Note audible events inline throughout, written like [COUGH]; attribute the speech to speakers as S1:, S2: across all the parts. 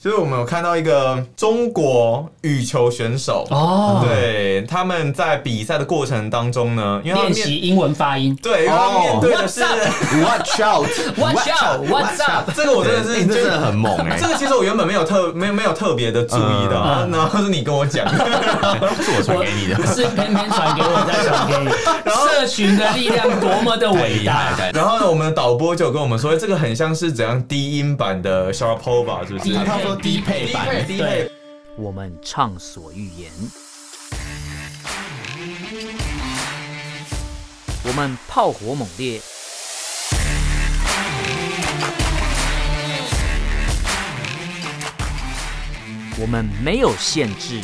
S1: 就是我们有看到一个中国羽球选手，
S2: 哦，
S1: 对，他们在比赛的过程当中呢，因为他
S2: 练
S1: 们
S2: 习
S1: 面
S2: 英文发音。
S1: 对，因为他们面对的是、
S3: 哦
S2: What's up？
S3: Watch
S2: Watch
S3: out，Watch
S2: out，What's up？
S1: [LAUGHS] 这个，我真的
S3: 对
S1: 是
S3: 你这真的很猛哎、
S2: [LAUGHS]
S1: 这个其实我原本没有特没有没有特别的注意
S3: 嗯
S1: 的啊，然后是你跟我
S3: [LAUGHS]
S1: 讲，
S3: 是我传给你的，
S2: 不是偏偏传给我，再传给你。社群的力量多么的伟大！
S3: 太
S1: 然后呢，我们的导播就跟我们说，哎这个很像是怎样低音版的 Sharpova，是不是？
S2: 低
S3: 他说哎低配版，
S1: 低低配，
S2: 我们畅所欲言，我们炮火猛烈，我们没有限制。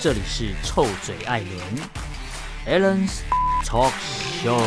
S2: 这里是臭嘴艾伦 a l l e n s Talk Show。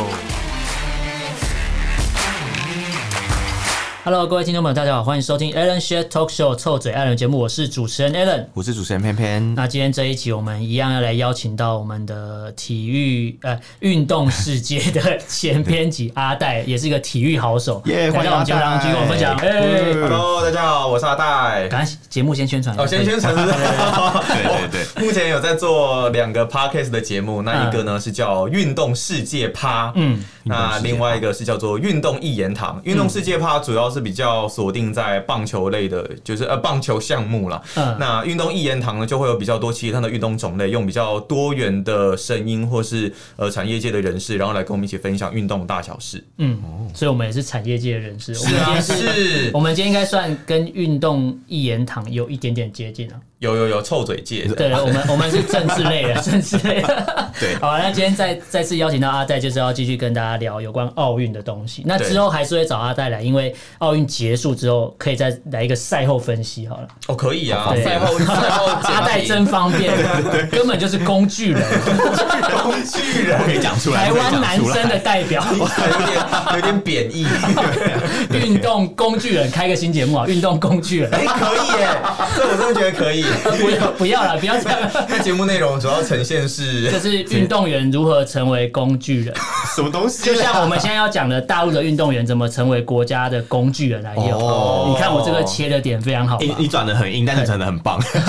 S2: Hello，各位听众朋友，大家好，欢迎收听 Alan s h a r e Talk Show 臭嘴艾伦节目，我是主持人 Alan。
S3: 我是主持人偏偏，
S2: 那今天这一集，我们一样要来邀请到我们的体育呃运动世界的前编辑阿戴，也是一个体育好手，
S3: [LAUGHS] 耶
S2: 来
S3: 欢迎
S2: 到我们节目当中
S3: 阿戴
S2: 跟我们分享。哎，
S1: Hello，大家好，我是阿戴。
S2: 赶快节目先宣传一下。
S1: 哦，先宣传是不是？
S3: 对对对
S1: 对，目前有在做两个 podcast 的节目，那一个
S2: 嗯
S1: 呢是叫《运动世界趴》，嗯，那另外一个是叫做《运动一言堂》。《运动世界趴》主要是比较锁定在棒球类的，就是呃棒球项目啦。
S2: 嗯
S1: 那《运动一言堂》呢就会有比较多其他的运动种类，用比较多元的声音或是呃产业界的人士，然后来跟我们一起分享运动大小事。
S2: 嗯，所以我们也是产业界的人士，我
S1: 是
S2: 们今
S1: 啊，
S2: 天是。
S1: 是
S2: 我们今天应该算跟运动一言堂有一点点接近啊。
S1: 有有有臭嘴界的。
S2: 对，我们我们是政治类的，政治类的。
S3: 对
S2: 好，啊那今天再再次邀请到阿戴，就是要继续跟大家聊有关奥运的东西。那
S1: 对
S2: 之后还是会找阿戴来，因为奥运结束之后，可以再来一个赛后分析好了。
S1: 哦，可以啊，
S2: 对
S1: 赛后赛后剪辑
S2: 阿戴真方便，根本就是工具人，
S1: 工具人
S3: 哦我可以讲出来，
S2: 台湾男
S3: 我可以讲
S2: 生
S3: 出
S2: 的
S3: 来
S2: 代表，
S1: [LAUGHS] 有点有点贬义。
S2: 运动工具人，开个新节目啊，运动工具人。 [LAUGHS]
S1: 哎、可以耶，这我真的觉得可以。 [LAUGHS]
S2: 不要不要了，不要这样。 [LAUGHS]
S1: 那节目内容主要呈现，
S2: 就是是运动员如何成为工具人，
S3: 什么东西啊？
S2: 就像我们现在要讲的，大陆的运动员怎么成为国家的工具人来用。
S3: 哦哎
S2: 你看我这个切的点非常好吧
S3: [LAUGHS] 你你转的很硬，但是转的很
S2: [LAUGHS]
S3: 棒，
S1: 顺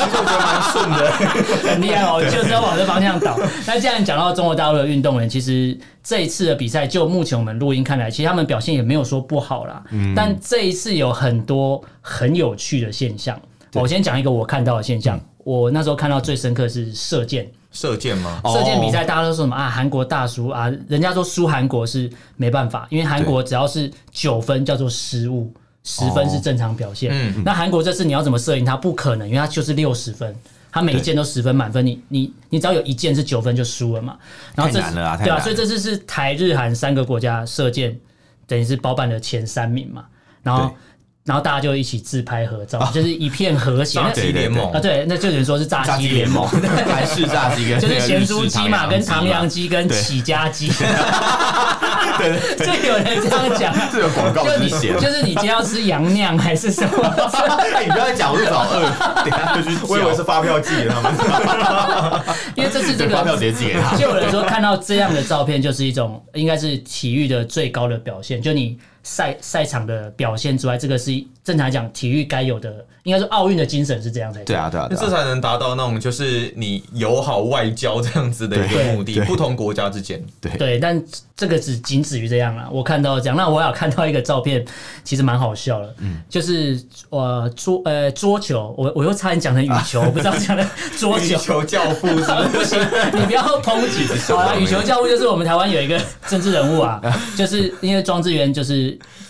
S1: 的。
S3: 哎
S2: 很厉害哦，就是要往这方向倒。那既然讲到中国大陆的运动员，其实这一次的比赛，就目前我们录音看来，其实他们表现也没有说不好啦。
S3: 嗯
S2: 但这一次有很多很有趣的现象。哦我先讲一个我看到的现
S3: 嗯
S2: 象，我那时候看到最深刻是射箭。
S1: 射箭吗？
S3: 哦
S2: 射箭比赛大家都说什么啊？韩国大叔啊，人家说输韩国是没办法，因为韩国只要是九分叫做失误，十分是正常表
S3: 哦
S2: 现。
S1: 嗯
S2: 那韩国这次你要怎么射赢他？不可能，因为他就是六十分。他每一件都十分满分，你你你只要有一件是九分就输了嘛。然后这
S3: 太难了啊太
S2: 对啊，
S3: 难了
S2: 所以这次是台日韩三个国家射箭，等于是包办的前三名嘛。然后
S3: 对
S2: 然后大家就一起自拍合照，就是一片和
S3: [LAUGHS]
S2: 谐。
S1: 炸
S2: 那
S1: 鸡联盟
S2: 啊，对，那就有人说是炸
S3: 炸
S2: 鸡
S3: 鸡
S2: 联
S3: 联
S2: 盟
S3: [LAUGHS] 盟，。韩式炸鸡跟
S2: [LAUGHS] 就是咸猪鸡嘛，跟唐扬
S3: 羊，
S2: 鸡跟起家鸡， [LAUGHS] 就有人这样讲。
S3: 这个广告
S2: 就
S3: 之
S2: 你
S3: 嫌。
S2: 就是你今天要吃羊酿还是什
S3: [LAUGHS]
S2: 么？ [LAUGHS]
S3: 哎，你不要再讲，我肚子好饿，等一下就 [LAUGHS] 去叫。
S1: 我以为是发票寄给他们。
S2: 因为这是这
S3: 对发票直
S2: 个，
S3: 接寄给他。
S2: 就有人说看到这样的照片就是一种，应该是体育的最高的表现。就你赛赛场的表现之外，这个是正常来讲体育该有的，应该说奥运的精神是这样才
S3: 对。啊，对啊，
S1: 那 [LAUGHS]
S3: 对
S1: 这
S3: 啊。
S1: 才能达到那种就是你友好外交这样子的一个
S2: 对
S1: 目的，
S3: 对
S1: 不同国家之 [LAUGHS] 间。
S2: 对，但这个只仅止于这样了。我看到这样，那我还有看到一个照片，其实蛮好笑的，
S1: 嗯
S2: 就是呃桌呃桌球，我我又差点讲成羽球，我不知道
S1: [LAUGHS]
S2: 讲的桌
S1: 啊羽
S2: 球。
S1: 球教父是 [LAUGHS] 不是
S2: 不行，你不要抨击。好了，羽球教父就是我们台湾有一个政治人物
S1: [LAUGHS]
S2: 啊，就是因为庄智渊就是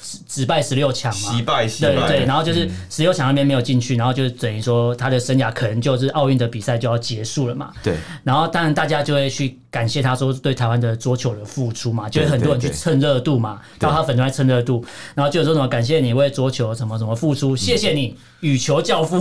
S2: 只只败十六强嘛，
S1: 惜败嗯惜
S2: 对对，
S1: 败。
S2: 然后就是十六强那边没有进去，然后就等于说他的生涯可能就是奥运的比赛就要结束了嘛。
S3: 对，
S2: 然后当然大家就会去感谢他说对台湾的桌球的付出嘛，就
S3: 对
S2: 会很多人去
S3: 对对
S2: 蹭热度嘛，到他粉专蹭热度，然后就有说什么感谢你为桌球什么什么付
S3: 嗯
S2: 出，谢谢你羽球教父，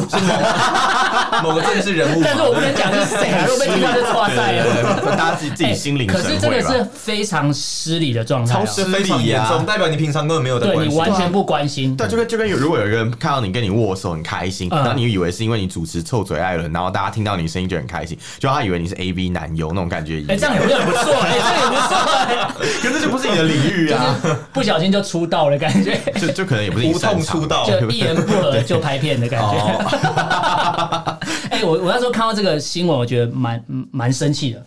S1: 某个政治人物嘛，
S2: [LAUGHS] 但是我不能讲是谁啊，如果被听到就哇塞
S3: 对
S2: 了。
S3: 对对大家自己自己心领
S2: 哎可
S3: 神
S2: 是真
S3: 会
S2: 的 [LAUGHS]
S3: 吧
S2: 是。非常失礼的状态、啊
S3: 超，
S1: 是非常严
S3: 失礼
S1: 重，
S3: 啊
S1: 代表你平常根本没有在
S2: 对你完全不关心。
S3: 对，就跟就跟有如果有一个人看到你跟你握手很开心，
S2: 嗯
S3: 然后你以为是因为你主持《臭嘴艾伦》，然后大家听到你声音就很开心，就他以为你是 A V 男优那种感觉一
S2: 哎、这
S3: 样。
S2: 样也很不错，哎、这样也不错、哎
S3: [LAUGHS] 可是这就不是你的领域啊，
S2: 不小心就出道了，感觉
S3: 就就可能也不是你
S1: 无痛
S3: 擅长
S1: 出道，
S2: 就一言不合就拍片的感觉。
S3: 哦
S2: [LAUGHS] 哎、我我那时候看到这个新闻，我觉得蛮嗯蛮生气的，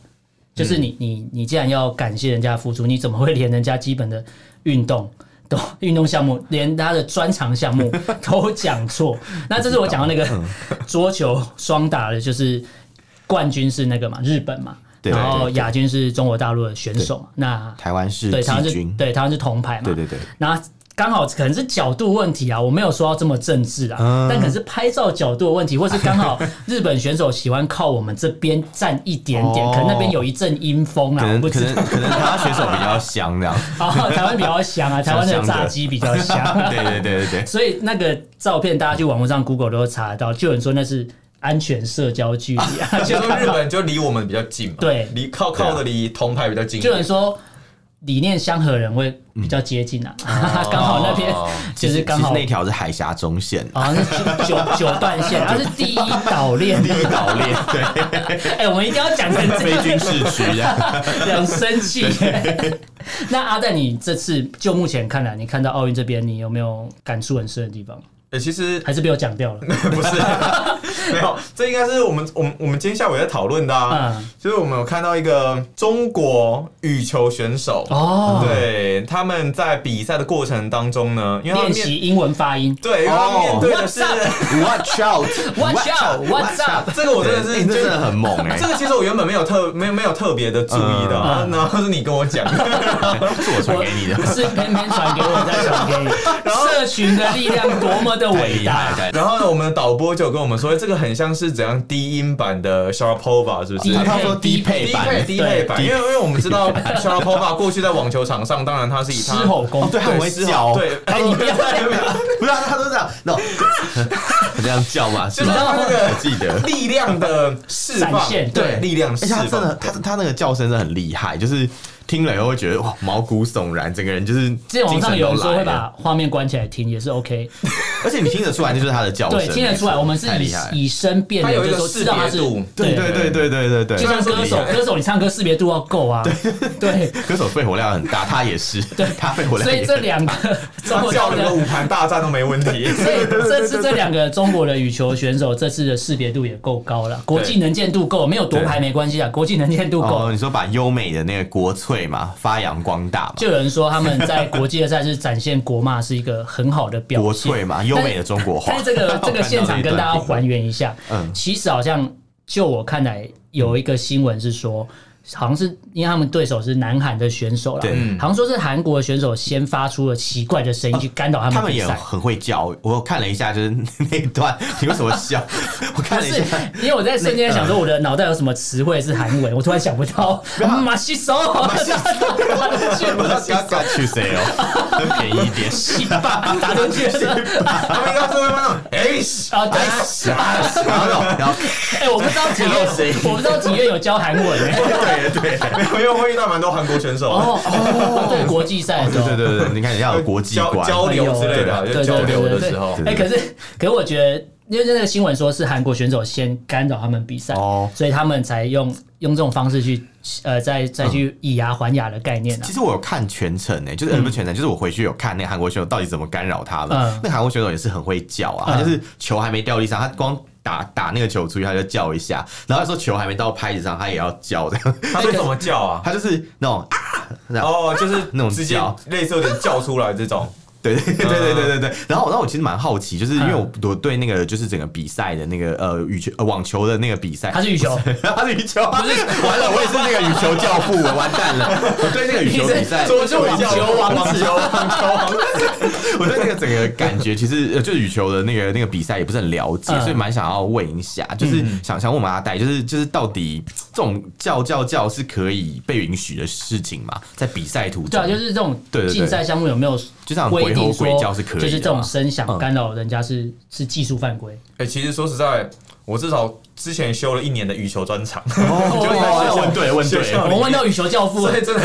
S2: 就是
S3: 嗯
S2: 你你你既然要感谢人家的付出，你怎么会连人家基本的运动？都运动项目，连他的专长项目 [LAUGHS] 都讲错。那这是我讲到那个
S3: 嗯
S2: 桌球双打的，就是冠军是那个嘛，日本嘛，
S3: 对
S2: 然后
S3: 对对
S2: 亚军是中国大陆的选手嘛。那
S3: 台湾是
S2: 对台湾
S3: 季
S2: 是
S3: 军，
S2: 对台湾是铜牌嘛，
S3: 对对对，
S2: 然后刚好可能是角度问题啊，我没有说到这么政治啊，
S3: 嗯
S2: 但可能是拍照角度的问题，或是刚
S3: [LAUGHS]
S2: 好日本选手喜欢靠我们这边站一点点，
S3: 哦
S2: 可能那边有一阵阴风啦，
S3: 可
S2: 我
S3: 能
S2: 不
S3: 可
S2: 知
S3: 能
S2: 道。
S3: 可能他选手比较香这样。
S2: [LAUGHS] 哦，台湾比较香
S3: [LAUGHS]
S2: 啊，台湾的
S3: 香香
S2: 炸
S3: 的
S2: 鸡比较香，啊
S3: [LAUGHS] 对对对对对，
S2: 所以那个照片大家去网络上 Google 都有查得到，就有人说那是安全社交距离啊，
S1: 就
S3: [LAUGHS]
S2: 就
S1: 说日本就离我们比较近嘛，
S2: 对
S1: 离靠靠的离铜牌比较近一
S2: 就有人
S1: 点，
S2: 说理念相合的人会比较接近啊， [LAUGHS] 刚好那边就
S3: 哦其
S2: 是
S3: 实
S2: 刚
S3: 其实
S2: 好
S3: 那条是海峡中线，
S2: 好像是九九九段 [LAUGHS] 线，它是第一岛链。
S3: 第一岛链，对，
S2: 哎、我们一定要讲成这
S3: 非军
S2: 样，
S3: 事区这
S2: 很
S3: 样。
S2: 生 [LAUGHS] 气。那阿蛋，你这次就目前看来，你看到奥运这边，你有没有感触很深的地方？
S1: 呃，其实
S2: 还是被我讲掉了？
S1: [LAUGHS]
S2: [LAUGHS]
S1: 不是，没有，这应该是我们我们我们今天下午也在讨论的啊，
S2: 嗯，
S1: 就是我们有看到一个中国羽球选手，
S2: 哦，
S1: 对，他们在比赛的过程当中呢，因为他
S2: 练
S1: 们面
S2: 习哦英文发音。
S1: 对，因为他们面对的是
S2: What's up？
S3: Watch
S2: Watch
S3: out，Watch
S2: out，What's up？
S1: [LAUGHS] 这个，我真的
S3: 对
S1: 是
S3: 你真的很猛哎
S1: 这，个其实我原本没有特没有没有特别的注意的啊，
S2: 嗯
S1: 然后是你跟我讲，
S2: [LAUGHS]
S3: 是我传给你的，
S2: 是偏偏传给我，再传给你。社群的力量多么的
S3: 哎太
S2: 伟
S3: 厉害
S2: 大
S3: 了！！太厉害了
S1: 然后呢，我们的导播就跟我们说，哎这个很像是怎样低音版的 Sharapova，是不是
S2: 低？
S3: 他说低配
S1: 低
S3: 版
S1: 配
S3: 的，
S1: 低配版，
S3: 对
S1: 因为因为我们知道 Sharapova 过去在网球场上，当然他是以
S2: 狮
S1: 他
S2: 吼功，
S3: 哦对，哦他很会叫， [LAUGHS]
S1: 对，
S2: 哎，你不要这样，
S3: 不是啊他都这样，no，他这样叫嘛，
S1: 就是是
S3: 吗？
S1: 他那
S3: 我
S1: 个
S3: 记得。
S1: 力量的释
S2: 展
S1: 放，
S2: 现
S1: 对
S2: 对
S1: 力量
S3: [LAUGHS] 而
S1: 释
S3: 且哎他真的，
S1: 放。
S3: 他他那个叫声是很厉害，就是听了以后会觉得哇毛骨悚然，整个人就是
S2: 之前网
S3: 精
S2: 上
S3: 神
S2: 有
S3: 都
S2: 人说
S3: 来
S2: 会
S3: 了。
S2: 把画面关起来听，也是 OK。
S3: 而且你听得出来，就是他的叫声，
S2: 对，听得出来，我们是
S3: 太厉
S2: 以
S3: 害了。
S2: 以身辨
S1: 它
S2: 人，
S1: 有
S2: 就
S1: 一
S2: 是
S1: 个
S2: 说知道他
S1: 识
S2: 是
S1: 别度
S3: 对对对对对对对，
S2: 就像歌手，
S1: 对
S2: 歌手你唱歌识别度要够啊，对
S3: 歌手肺活量很大，他也是，对， [LAUGHS] 他肺活量
S2: 所
S3: 也
S2: 以
S3: 很
S2: 这
S1: [LAUGHS]
S2: 两个中
S1: 他
S2: 国
S1: 叫了个
S2: 的，
S1: 五盘大战都没问
S3: [LAUGHS]
S1: 题。
S3: 啊
S2: 所以这次这两个中国的羽球选手这次的识别度也够高了，国际能见度够，没有夺牌没关系啊，国际能见度
S3: 哦，
S2: 够。
S3: 你说把优美的那个国粹嘛发扬光大嘛，
S2: 就有人说他们在国际的赛事展现国骂是一个很好的表
S3: 国
S2: 现，
S3: 粹嘛，优美的中国话
S2: 但。是这
S3: [LAUGHS]
S2: 个这个现场跟大家还原一下，
S3: 嗯
S2: 其实好像就我看来，有一个新闻是说，好像是因为他们对手是南韩的选手啦，
S3: 对
S2: 嗯好像说是韩国的选手先发出了奇怪的声音去干扰他
S3: 他
S2: 们
S3: 们
S2: 比
S3: 也
S2: 赛。
S3: 很会叫，我看了一下，就是 [LAUGHS] 那一段，你为什
S2: [LAUGHS]
S3: 么笑？我看
S2: 不
S3: 了一
S2: 是
S3: 下，，
S2: [LAUGHS]
S3: 嗯
S2: 因为我在瞬间想说，我的脑袋有什么词汇是韩文，我突然想不到。嗯马西手，马西手，
S3: 不要要去谁
S2: [LAUGHS]
S3: 哦，很便宜一点。
S2: 西巴打出
S3: [LAUGHS]
S2: 去了。
S1: 他们应该是会那种，哎，是
S2: 啊，对，
S3: 然后，然后，
S2: 哎，我不知道体
S3: [LAUGHS] 看到谁
S2: 院，我不知道体院有教韩文哎。
S3: 对对
S1: 因为会遇到蛮多韩国选手啊，
S2: 哦哦， [LAUGHS] 对，国际赛的时候，
S3: 对对对对，你看人家有国际
S1: 交
S3: 观，
S1: 交流之类的啊，
S2: 对
S1: 就
S2: 对
S1: 交
S2: 对
S1: 流
S2: 对
S1: 的
S2: 对
S1: 时候
S3: 对。
S2: 哎、可是可是我觉得，因为那个新闻说是韩国选手先干扰他们比赛，
S3: 哦
S2: 所以他们才用用这种方式去呃，再再去以牙还牙的概念啊
S3: 嗯其。实我有看全程诶、就是、呃不是全程，就是我回去有看那个韩国选手到底怎么干扰他们。
S2: 嗯
S3: 那个韩国选手也是很会叫啊，他
S2: 嗯
S3: 就是球还没掉地上，他光打打那个球出去他就叫一下，然后他说球还没到拍子上，他也要叫这样，
S1: 他们怎么叫啊？
S3: 他就是那种啊，然后
S1: 哦，就是
S3: 那种
S1: 直接
S3: 叫
S1: 类似有点叫出来这种，
S3: 对对对对对对对。然后，然后我其实蛮好奇，就是因为我我对那个就是整个比赛的那个呃羽球呃网球的那个比赛，
S2: 他是羽
S3: [LAUGHS]
S2: 球，
S3: 他是羽球，不是完了，我也是那个羽球教父，我完蛋了，我对那个羽球比赛。
S1: 桌球
S2: 网球王
S1: 子，网球王子。
S3: 我对那个整个感觉，其实呃，就是羽球的那个那个比赛也不是很了解，
S2: 嗯
S3: 所以蛮想要问一下，就是想想问我们阿戴，就是就是到底这种叫叫叫是可以被允许的事情吗？在比赛途
S2: 对
S3: 中，
S2: 啊，就是这种
S3: 对对对
S2: 竞赛项目有没有
S3: 就像
S2: 规规定
S3: 鬼吼
S2: 说，
S3: 鬼叫是可以的啊
S2: 就是这种声响
S3: 嗯
S2: 干扰人家是是技术犯规。
S1: 哎、其实说实在，我至少之前修了一年的羽球专场，
S3: 哦
S1: 哦
S3: 问对了问对了
S1: 学校
S2: 我
S1: 里
S2: 们
S1: 面
S2: 问到羽球教 [LAUGHS] 父，
S1: 所以真的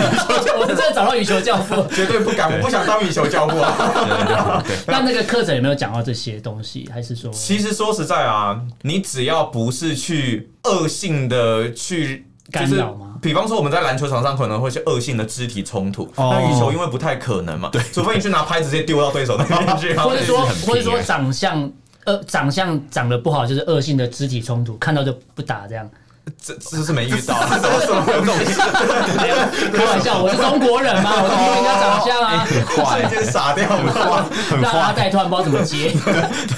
S2: 我们真的找到羽球教父。
S1: 绝对不敢，我不想当羽球教父啊。
S2: 那那个课程有没有讲到这些东西？还是说，
S1: [LAUGHS] 其实说实在啊，你只要不是去恶性的去。就是
S2: 干扰吗
S1: 比方说我们在篮球场上可能会是恶性的肢体冲突，
S3: 哦
S1: 那羽球因为不太可能嘛，对，除非你去拿拍直接丢到对手那边去，
S2: 或者
S1: 然后
S2: 说
S3: 很，平
S2: 或者说
S3: 欸
S1: 啊
S2: 长相，呃，长相长得不好，就是恶性的肢体冲突，看到就不打
S1: [LAUGHS]
S2: 这样。
S1: 这这是没遇到， [LAUGHS] 这怎么怎么会有这种事？
S2: 开玩笑，我是中国人
S1: [LAUGHS]
S2: 嘛，我是看人家长相
S1: 哎
S2: 啊。
S1: 瞬间傻掉了。
S3: 很
S2: 那阿
S3: 花。
S2: 戴突然不知道怎么
S1: [LAUGHS]
S2: 接，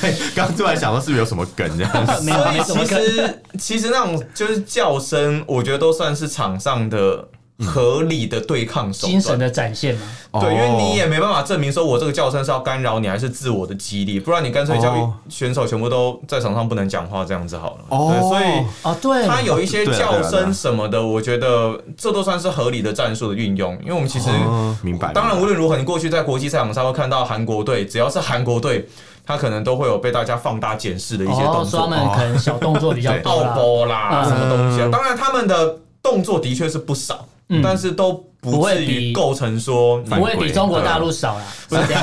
S3: 对，刚突然想到是不是有什么梗这样子？
S2: 没有，没什
S1: 所
S2: 么
S1: 以其
S2: 可。
S1: 实其实那种就是叫声，我觉得都算是场上的合理的对抗手段。
S2: 精神的展现嘛，
S1: 对，因为你也
S3: 哦
S1: 没办法证明说我这个叫声是要干扰你，还是自我的激励，不然你干脆叫
S3: 哦
S1: 选手全部都在场上不能讲话这样子好了。
S3: 哦
S1: 对，所以
S2: 哦，对，
S1: 他有一些
S3: 对啊对啊
S1: 叫
S3: 对啊
S1: 声什么的，我觉得这都算是合理的战术的运用，因为我们其实。
S3: 哦明白。
S1: 当然，无
S3: 明白
S1: 论如何，你过去在国际赛场上会看到韩国队，只要是韩国队，他可能都会有被大家放大检视的一些动
S2: 哦，说他
S1: 作，哦
S2: 们可能小动作比较多
S1: 爆
S2: 啦，
S1: 波啦，
S2: 嗯
S1: 什么东西啊。
S3: 嗯
S1: 当然，他们的动作的确是不少，
S2: 嗯
S1: 但是都
S2: 不
S1: 不
S2: 会
S1: 至
S2: 比
S1: 于构成说你
S2: 不会比中国大陆少啦，
S1: 嗯
S2: 是
S1: [LAUGHS]
S2: 这样。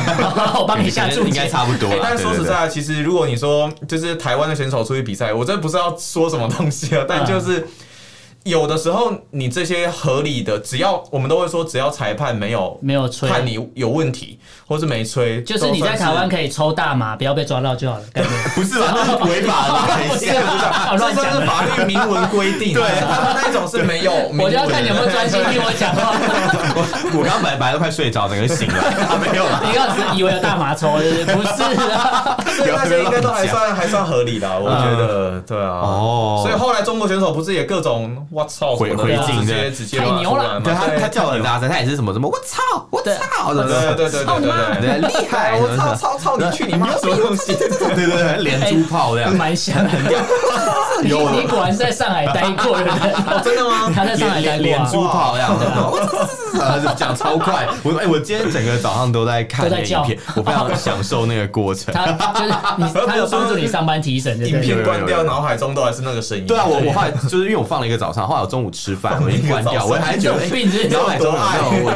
S2: 我帮你下注
S3: 应该
S2: 解。
S3: 差不多啦
S1: 欸。但是说
S3: 对
S1: 实
S3: 对对
S1: 在，其实如果你说就是台湾的选手出去比赛，我真不是要说什么东西啊，但就是有的时候你这些合理的，只要我们都会说，只要裁判没有
S2: 没有吹，啊
S1: 判你有问题，或是没吹，
S2: 就是你在
S1: 都
S2: 台湾
S1: 算是。
S2: 可以抽大麻，不要被抓到就
S1: [LAUGHS]
S2: 好了。概 [LAUGHS] 念
S3: 不是吧？那是违法的，等一下
S2: 啊
S1: 这
S2: 乱
S1: 算
S2: 讲
S1: 是
S2: 的。
S1: 法 [LAUGHS] 律明文规定，
S3: 对
S1: 他们那种是没有明文的。
S2: [LAUGHS] 我就要看你有没有专心听我讲话。
S3: 我刚刚本来本来都快睡着，整个人醒了，啊没有啦。
S2: 你刚刚是以为有大麻抽，是不是不是啊？
S1: 所以那些应该都还算还算合理的，我觉得，对啊。
S3: 嗯哦
S1: 所以后来中国选手不是也各种我操
S3: 回
S1: 什么的
S3: 回
S1: 直
S3: 敬
S1: 接
S3: 对
S1: 直接
S2: 太
S1: 骂
S2: 牛
S1: 出
S2: 了
S1: 来嘛
S3: 对他，
S1: 对
S3: 他叫得很大声，他也是什么什么，我操，我操，
S1: 对对对对对对对。
S3: 对，厉害，哎我操操操你去你妈，什么东西？对 [LAUGHS] 对对对，连珠炮这样，
S2: 蛮像的。你
S3: 有
S2: 你果然是在上海待过的人，
S1: 真的吗？
S2: 他在上海待
S3: 连
S2: 过
S3: 连珠
S2: 啊。
S3: 炮这样，讲超快。我哎，我今天整个早上都在看那影片，我非常享受那个过程。
S2: 他就是你，他有帮助你上班提神，对
S1: 影
S2: 不对？
S1: 片关掉，脑海中都还是那个声音。
S3: 对啊，我我后来就是因为我放了一个早上，后来我中午吃饭我已经关掉，我还觉得哎
S2: 有病是不
S3: 然后
S2: 是？
S3: 买中
S1: 啊
S3: 海中
S1: [LAUGHS]
S3: 我因为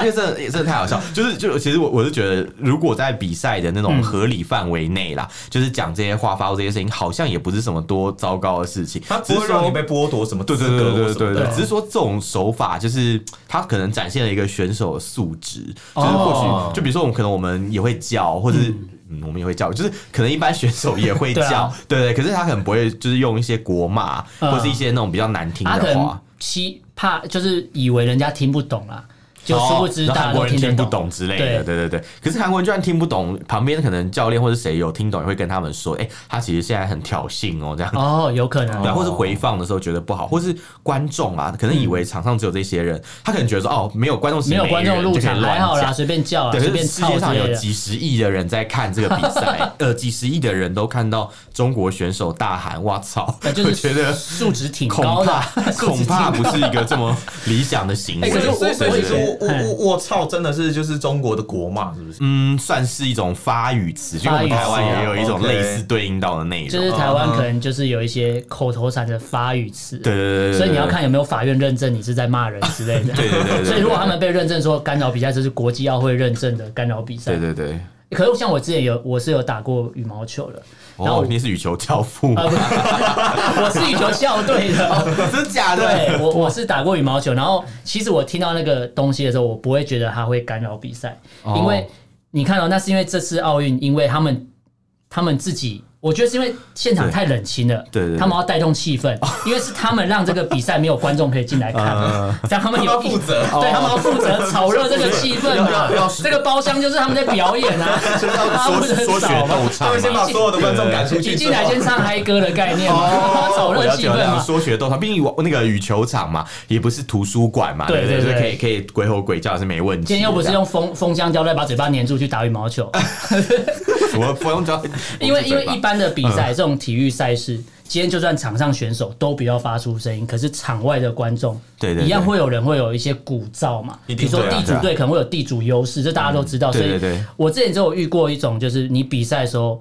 S3: 因为真的真的太好笑，就是就其实我我是觉得，如果在比赛的那种合理范围内啦，就是讲这些话、发出这些事情，好像也不是什么多糟糕的事情。
S1: 他不
S3: 只
S1: 会
S3: 是
S1: 让你
S3: 说
S1: 被剥夺什么
S3: 对
S1: 资
S3: 对
S1: 格
S3: 对
S1: 或
S3: 对
S1: 什么的
S3: 对对
S2: 对，
S3: 只是说这种手法就是他可能展现了一个选手的素质，就是或
S1: 哦
S3: 许就比如说我们可能我们也会叫，或者是。嗯，我们也会叫，就是可能一般选手也
S2: [LAUGHS]
S3: 会
S2: 对啊
S3: 叫，对对，可是他可能不会，就是用一些国骂、
S2: 嗯
S3: 或是一些那种比较难听
S2: 他可
S3: 的
S2: 能
S3: 话，哦
S2: 欺怕，就是以为人家听不懂啦，就殊不知
S3: 然
S2: 大
S3: 后
S2: 家
S3: 韩
S2: 都
S3: 国人
S2: 得
S3: 听不
S2: 懂。
S3: 懂之类的，
S2: 对
S3: 对对对。可是韩国人居然听不懂，旁边可能教练或者谁有听懂，也会跟他们说，哎、他其实现在很挑衅哦，这样。
S2: 哦，有可能
S3: 对，。或是回放的时候觉得不好，或是观众啊，可能以为场上只有这些人，他可能觉得说哦，没有观众席，
S2: 没有观众
S3: 人
S2: 入
S3: 就可
S2: 场
S3: 以乱
S2: 还好啦，
S3: 讲。
S2: 随便叫啦，
S3: 对，
S2: 随
S3: 可是
S2: 便
S3: 世
S2: 操
S3: 界
S2: 之
S3: 上有
S2: 类的。
S3: 几十亿的人在看这个比赛，呃，几十亿的人都看到中国选手大喊“哇操”，
S2: 那就
S3: 我
S2: 是
S3: 觉得
S2: 素质挺
S3: 恐
S2: 高的
S3: 怕
S2: 啊，素质
S3: 恐
S2: 挺
S3: 怕不是一个这么理想的行
S1: 哎
S3: 为
S1: 可。是所以所以
S2: 我
S1: 所以
S2: 我
S1: 我我我操，真的是就是中国的国骂，是不
S2: [LAUGHS]
S1: 是？
S3: 嗯，算是一种发语词，就我们
S2: 发语词
S3: 台湾也有一种类
S1: 哦，OK
S3: 似对应到的内容。
S2: 就是台湾可能就是有一些口头禅的发语词，
S3: 对对对对对，
S2: 所以你要看有没有法院认证你是在骂人之类的。
S3: 对，对对对对，
S2: 所以如果他们被认证说干扰比赛，这是国际奥会认证的干扰比赛
S3: 对。对对，
S2: 可是像我之前有我是有打过羽毛球的，然后
S3: 哦
S2: 我，
S3: 你是羽球教父吗
S2: 啊，？不
S3: [LAUGHS]
S2: 是我是羽球校队的。
S3: 真的假
S2: 对我我是打过羽毛球，然后其实我听到那个东西的时候，我不会觉得它会干扰比赛，
S3: 哦
S2: 因为你看哦到、那是因为这次奥运，因为他们他们自己。我觉得是因为现场
S3: 对
S2: 太冷清了，
S3: 对对哦对
S2: 他们要带动气氛，因为是他们让这个比赛没有观众可以进来看，
S3: 呃
S2: [LAUGHS] 这样他们
S1: 你
S2: 有
S1: 要负责。
S2: 对他们要负责炒热这个气氛嘛
S3: 哦要要，
S2: 这个包厢就是他们在表演
S3: [LAUGHS]
S2: 啊，他
S3: 说
S2: 们不能
S3: 说学
S2: 少嘛
S3: 逗
S1: 他 [LAUGHS]
S3: 唱
S1: 们先把
S3: 嘛。
S1: 所有的观众赶出
S2: 一
S1: 去之
S2: 进来
S1: 后，
S2: 先唱嗨歌的概念嘛， [LAUGHS] 炒
S3: 我
S2: 热
S3: 了
S2: 气
S3: 解，我
S2: 氛
S3: 了
S2: 嘛
S3: 解，，说学逗唱，毕竟我那个羽球场嘛，也不是图书馆嘛，
S2: 对
S3: 对不
S2: 对
S3: 对？所
S2: 对
S3: 以可以可以鬼吼鬼叫是没问题的。
S2: 今天又不是用封封箱胶带把嘴巴粘住去打羽毛球，
S3: 我不用叫，
S2: [LAUGHS] 因为因为一般的比赛，这种体育赛事，今天就算场上选手都不要发出声音，可是场外的观众，
S3: 对对对
S2: 一样会有人会有一些鼓噪嘛。
S1: 一定
S2: 比如说
S1: 对啊
S2: 地主
S3: 对啊
S2: 队可能会有地主优势，这大家都知道。
S3: 对对
S2: 所以
S3: 对，
S2: 我之前就有遇过一种，就是你比赛的时候，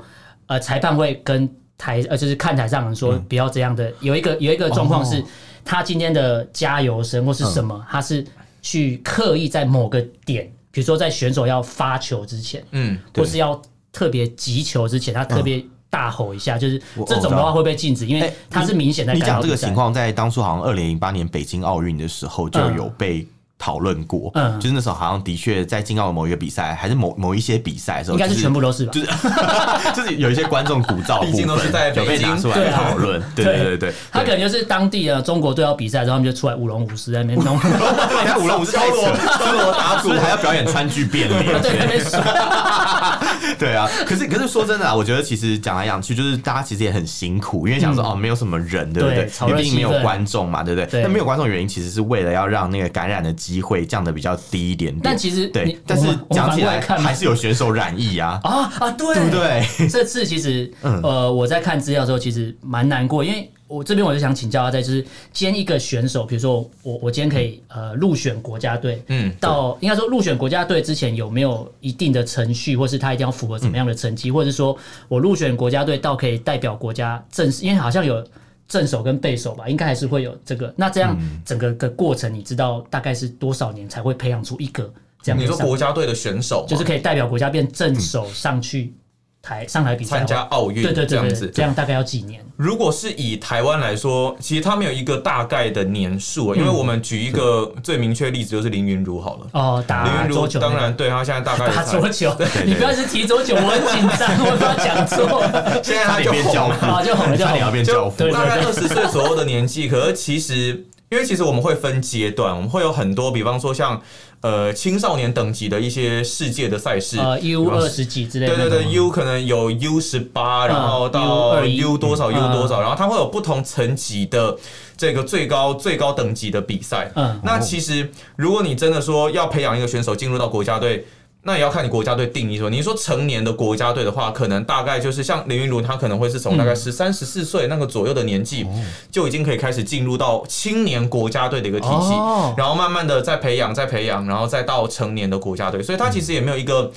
S2: 呃，裁判会跟台呃就是看台上人说
S3: 嗯
S2: 不要这样的。有一个有一个状况
S3: 哦
S2: 是，他今天的加油声或是什
S3: 嗯
S2: 么，他是去刻意在某个点，比如说在选手要发球之前，
S1: 嗯，
S3: 对嗯
S2: 或是要特别急球之前，他特别大吼一下，就是
S3: 我
S2: 这种的话会被禁止，因为
S3: 哎
S2: 他是明显在
S3: 你
S2: 干扰
S3: 讲这个
S2: 比赛
S3: 情，况，在当初好像二零零八年北京奥运的时候就有被讨论过，
S2: 嗯
S3: 就是那时候好像的确在进奥某一个比赛，还是某某一些比赛的时候，
S2: 应该是
S3: 就
S2: 全部都是吧？
S3: 就是 [LAUGHS] 就是有一些观众鼓噪的部分，
S1: 毕竟都是在
S3: 有
S1: 北
S3: 被
S1: 京
S3: 拿出来讨论，对对对对，
S2: 啊他可能就是当地的中国队要比赛，然后他们就出来舞龙舞狮在那边
S3: [LAUGHS]
S2: 弄，
S3: 你看舞龙舞狮 [LAUGHS] 太扯了，
S1: 敲锣打鼓
S3: 所以还要表演川剧变脸，
S2: [LAUGHS] 对，那边甩
S3: 对啊，可是可是说真的啊，我觉得其实讲来讲去，就是大家其实也很辛苦，因为想说、哦，没有什么人，对不
S2: 嗯对
S3: 对？
S2: 炒
S3: 因
S2: 热
S3: 为毕竟没有
S2: 气氛
S3: 观众嘛，对不
S2: 对
S3: 对？那没有观众的原因，其实是为了要让那个感染的机会降得比较低一点点。
S2: 但其实你
S3: 对，但是
S2: 我们我们
S3: 讲
S2: 反
S3: 起
S2: 过来
S3: 来
S2: 看嘛
S3: 还是有选手染疫啊，
S2: 啊啊，对
S3: 对不
S2: [LAUGHS]
S3: 对？
S2: 这次其实，
S3: 嗯
S2: 呃，我在看资料的时候，其实蛮难过，因为我这边我就想请教他在，就是今天一个选手，比如说我我今天可以呃入选国家队，
S1: 嗯
S2: 到应该说入选国家队之前有没有一定的程序，或是他一定要符合怎么样的成
S1: 嗯
S2: 绩，或者是说我入选国家队到可以代表国家正式，因为好像有。正手跟背手吧，应该还是会有这个。那这样整个的过程，你知道大概是多少年才会培养出一个这样的
S1: 你说
S2: 上？
S1: 国家队的选手嘛
S2: 就是可以代表国家变正手上去台上台比赛的
S1: 参
S2: 话，
S1: 加奥运
S2: 对对
S1: 这
S2: 对
S1: 样
S2: 对，
S1: 子。
S2: 这样大概要几年？
S1: 如果是以台湾来说，其实他们有一个大概的年数啊，因为我们举一个最明确的例子就是林云如好了。
S2: 嗯哦，打
S1: 林云
S2: 桌
S1: 如
S2: 球那个，
S1: 当然对啊他现在大概
S2: [LAUGHS] 打
S1: 也才
S2: 桌球
S3: 对，
S2: 你不要一直提桌球，我很紧张，我怕讲错。
S1: 现在
S3: 差
S1: 他
S3: 点
S1: 就
S3: 变
S1: 红
S3: 教
S1: 了
S3: 父，
S2: 好就红了就
S3: 差点要
S2: 红
S3: 变教父
S2: 对，
S1: 大概二十岁左右的年纪，可是其实。因为其实我们会分阶段，我们会有很多，比方说像呃青少年等级的一些世界的赛事，
S2: 呃，U
S1: 比方
S2: 二
S1: 说
S2: 十几之类的
S1: 对
S2: 那
S1: 对
S2: 种，啊
S1: 对，U 可能有 U 十八，然后到
S2: U21
S1: U 多少 U
S2: 嗯
S1: 多少，然后它会有不同层级的这个最高最高等级的比赛。
S2: 嗯
S1: 那其实如果你真的说要培养一个选手进入到国家队。那也要看你国家队定义说，你说成年的国家队的话，可能大概就是像林云儒，他可能会是从大
S2: 嗯
S1: 概十三、十四岁那个左右的年纪，
S2: 哦
S1: 就已经可以开始进入到青年国家队的一个体系，
S2: 哦
S1: 然后慢慢的再培养、再培养，然后再到成年的国家队，所以他其实也没有一个。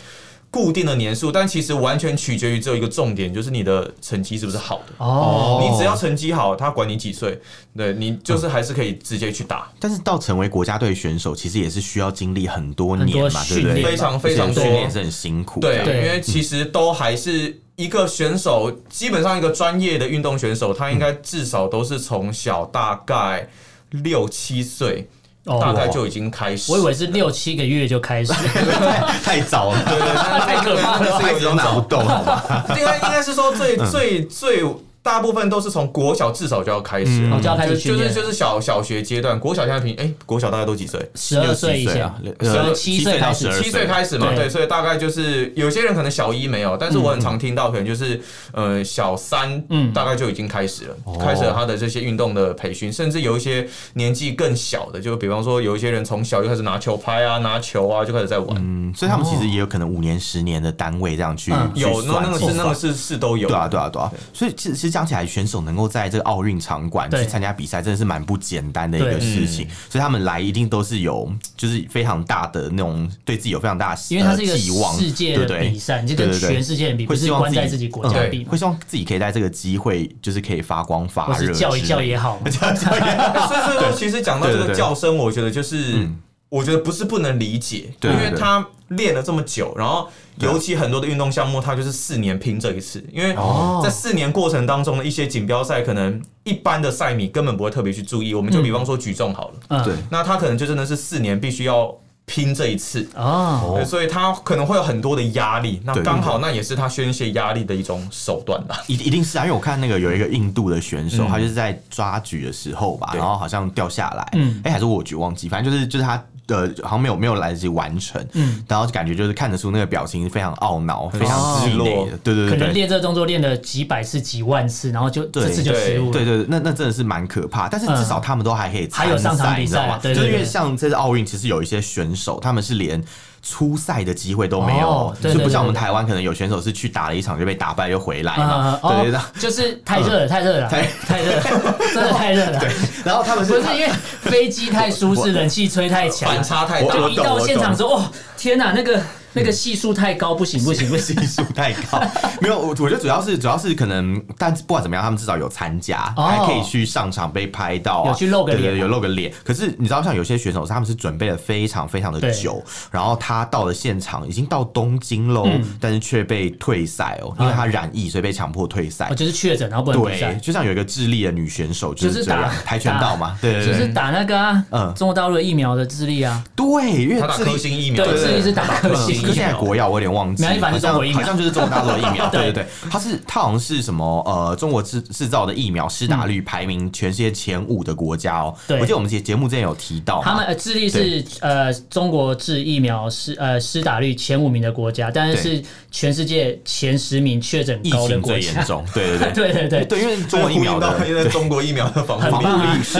S1: 固定的年数，但其实完全取决于只有一个重点，就是你的成绩是不是好的。
S2: 哦，
S1: 你只要成绩好，他管你几岁，对你就是还是可以直接去打，
S3: 但是到成为国家队选手，其实也是需要经历很多年嘛，
S2: 很多训
S3: 对不对？
S2: 练
S1: 非常非
S3: 而
S1: 常
S3: 且
S1: 多。
S3: 训练也是很辛苦的，
S1: 对，
S2: 对
S1: 因为其实都还是一个选手，基本上一个专业的运动选手，他应该至少都是从小大概六七岁，
S2: 哦
S1: 大概就已经开始。
S2: 我以为是六七个月就开始， [LAUGHS]
S3: 太早 [LAUGHS] 了，对对
S2: 太可怕了吧。
S3: 孩子都拿不动，好吧？
S1: 应该应该是说最最最大部分都是从国小至少就要开始
S3: 嗯
S1: 了，
S2: 哦就要开始
S1: 就
S2: 训
S1: 是
S2: 练
S1: 就是小小学阶段，国小现在平哎，国小大概都几岁？
S2: 十二岁以
S3: 17岁
S2: 前
S3: 啊，
S2: 十
S3: 呃
S2: 七岁开始
S3: 17，岁
S1: 七岁开始嘛，
S2: 对
S1: 对，所以大概就是有些人可能小一没有，但是我很常听到，可能就是
S3: 嗯
S1: 呃小三，
S2: 嗯
S1: 大概就已经开始了，
S3: 哦
S1: 开始了他的这些运动的培训，甚至有一些年纪更小的，就比方说有一些人从小就开始拿球拍啊、拿球啊，就开始在玩，
S3: [LAUGHS] 嗯，所以他们其实也有可能五年、十年的单位这样去
S2: 嗯
S3: 去
S1: 有那
S3: 算
S1: 那个
S3: 计
S1: 是那个
S3: 算
S1: 是是都有
S3: 对，啊，对啊，对啊。所以其实其实讲起来，选手能够在这个奥运场馆
S2: 对
S3: 去参加比赛，真的是蛮不简单的一
S2: 对嗯
S3: 个事情。所以他们来一定都是有，就是非常大的那种对自己有非常大的
S2: 因为它是一个
S3: 呃寄望，
S2: 世界
S3: 对不
S2: 的
S3: 对
S2: 比？赛，你就跟
S3: 对对对
S2: 全世界人比，不
S3: 会
S2: 是
S3: 希望
S2: 关
S3: 自
S2: 在
S3: 己
S2: 自己国家
S1: 嗯
S2: 比嘛，
S3: 会希望自己可以在这个机会，就是可以发光
S2: 或
S3: 发
S2: 是
S3: 热，
S2: 叫一叫也。好嘛，
S1: [LAUGHS] 所以所以说，其实讲到这
S3: 对
S1: 个
S3: 对对嗯
S1: 叫声，我觉得就是，我觉得不是不能理解，
S3: 对
S1: 因
S3: 对
S1: 为他练了这么久，然后尤其很多的运动项目，它就是四年拼这一次，因为
S2: 哦
S1: 在四年过程当中的一些锦标赛，可能一般的赛迷根本不会特别去注意。我们就比方说举重好了，
S2: 嗯
S3: 对，
S1: 那他可能就真的是四年必须要拼这一次。
S2: 哦，
S1: 对，所以他可能会有很多的压力，那
S3: 对
S1: 刚好那也是他宣泄压力的一种手段啦。
S3: 一一定是啊，因为我看那个有一个印度的选手，
S1: 嗯
S3: 他就是在抓举的时候吧，
S1: 对
S3: 然后好像掉下来，
S2: 嗯
S3: 嗯，哎，还是我举忘记，反正就是就是他呃，好像没有没有来得及完成，
S2: 嗯
S3: 嗯，然后就感觉就是看得出那个表情非常懊恼，非
S2: 哦
S3: 常气馁的，对对
S2: 可能
S3: 对对。
S2: 练这个动作练了几百次、几万次，然后就
S3: 对
S2: 这次就失误了。嗯
S3: 对对对，那那真的是蛮可怕，但是至少他们都还可以参
S2: 还有上场
S3: 赛
S2: 比
S3: 你知道
S2: 赛啊
S3: 吗？
S2: 对对
S3: 就是因为
S2: 对
S3: 像这次奥运，其实有一些选手，他们是连出赛的机会都没有，
S2: 哦对
S3: 就不
S2: 对
S3: 像
S2: 对
S3: 我们台湾可能有选手是去打了一场就被打败又回来嘛
S2: 啊，，
S3: 哎对对对 [LAUGHS] 嗯
S2: 哦，就是太热了，太热了，
S3: 太
S2: 太热，了，
S3: [LAUGHS]
S2: 真的太热了。
S3: 然后他们
S2: 不
S3: 是
S2: 是因为飞机太舒适，冷气吹太强，
S1: 反差太
S3: 我
S1: 大
S2: 就
S3: 我。
S2: 一
S3: 懂
S2: 到
S3: 我
S2: 现
S3: 懂
S2: 场之后，哦，天哪，那个那个系数太高，不行不行不行。
S3: 技术太高， [LAUGHS] 没有，我我觉得主要是主要是可能，但不管怎么样，他们至少有参加，
S2: 哦
S3: 还可以去上场被拍到、啊，
S2: 有去露个
S3: 对对
S2: 脸
S3: 对有露个脸。可是你知道，像有些选手，他们是准备了非常非常的
S2: 对
S3: 久，然后他到了现场已经到东京喽，但是却被退赛
S2: 嗯
S3: 哦，
S2: 啊
S3: 因为他染疫，所以被强迫退赛
S2: [LAUGHS] 我。就是确诊，然后不能比
S3: 对，
S2: 赛，
S3: 就像有一个智利的女选手就
S2: 就是
S3: 这样
S2: 打，
S3: 跆拳道嘛，对对
S2: 就
S3: 对
S2: 是
S3: 对，
S2: 打那个啊
S3: 嗯
S2: 中国大陆的疫苗的智利啊，
S3: 对，因为
S1: 他打
S3: 智
S1: 科
S3: 利
S1: 兴疫苗，
S2: 对，
S3: 对
S2: 智利是打科
S3: 可
S2: 兴
S3: 是
S2: 疫
S3: 现在
S2: 苗，
S3: 国药我有点忘
S2: 嗯
S3: 记，
S2: 没关系反正中国疫苗
S3: 好像好像就是中国大陆的疫
S2: [LAUGHS]
S3: 苗，
S2: 对
S3: 对对对，它是它好像是什么呃中国制制造的疫苗施打率排名全世界前五的国家哦，
S2: 对
S3: 我记得我们节节目之前有提到嘛，
S2: 他们呃智利是呃中国制疫苗施呃施打率前五名的国家，但是是全世界前十名确诊
S3: 疫
S2: 高的
S3: 情
S2: 国
S3: 最
S2: 家
S3: 严。重，对对
S2: [LAUGHS]
S3: 对。
S2: 对对对，
S3: 对，因为中国疫苗的
S1: 因为中国疫苗的防
S2: 很
S1: 护
S3: 防
S1: 力
S2: 棒。啊
S3: 护力是，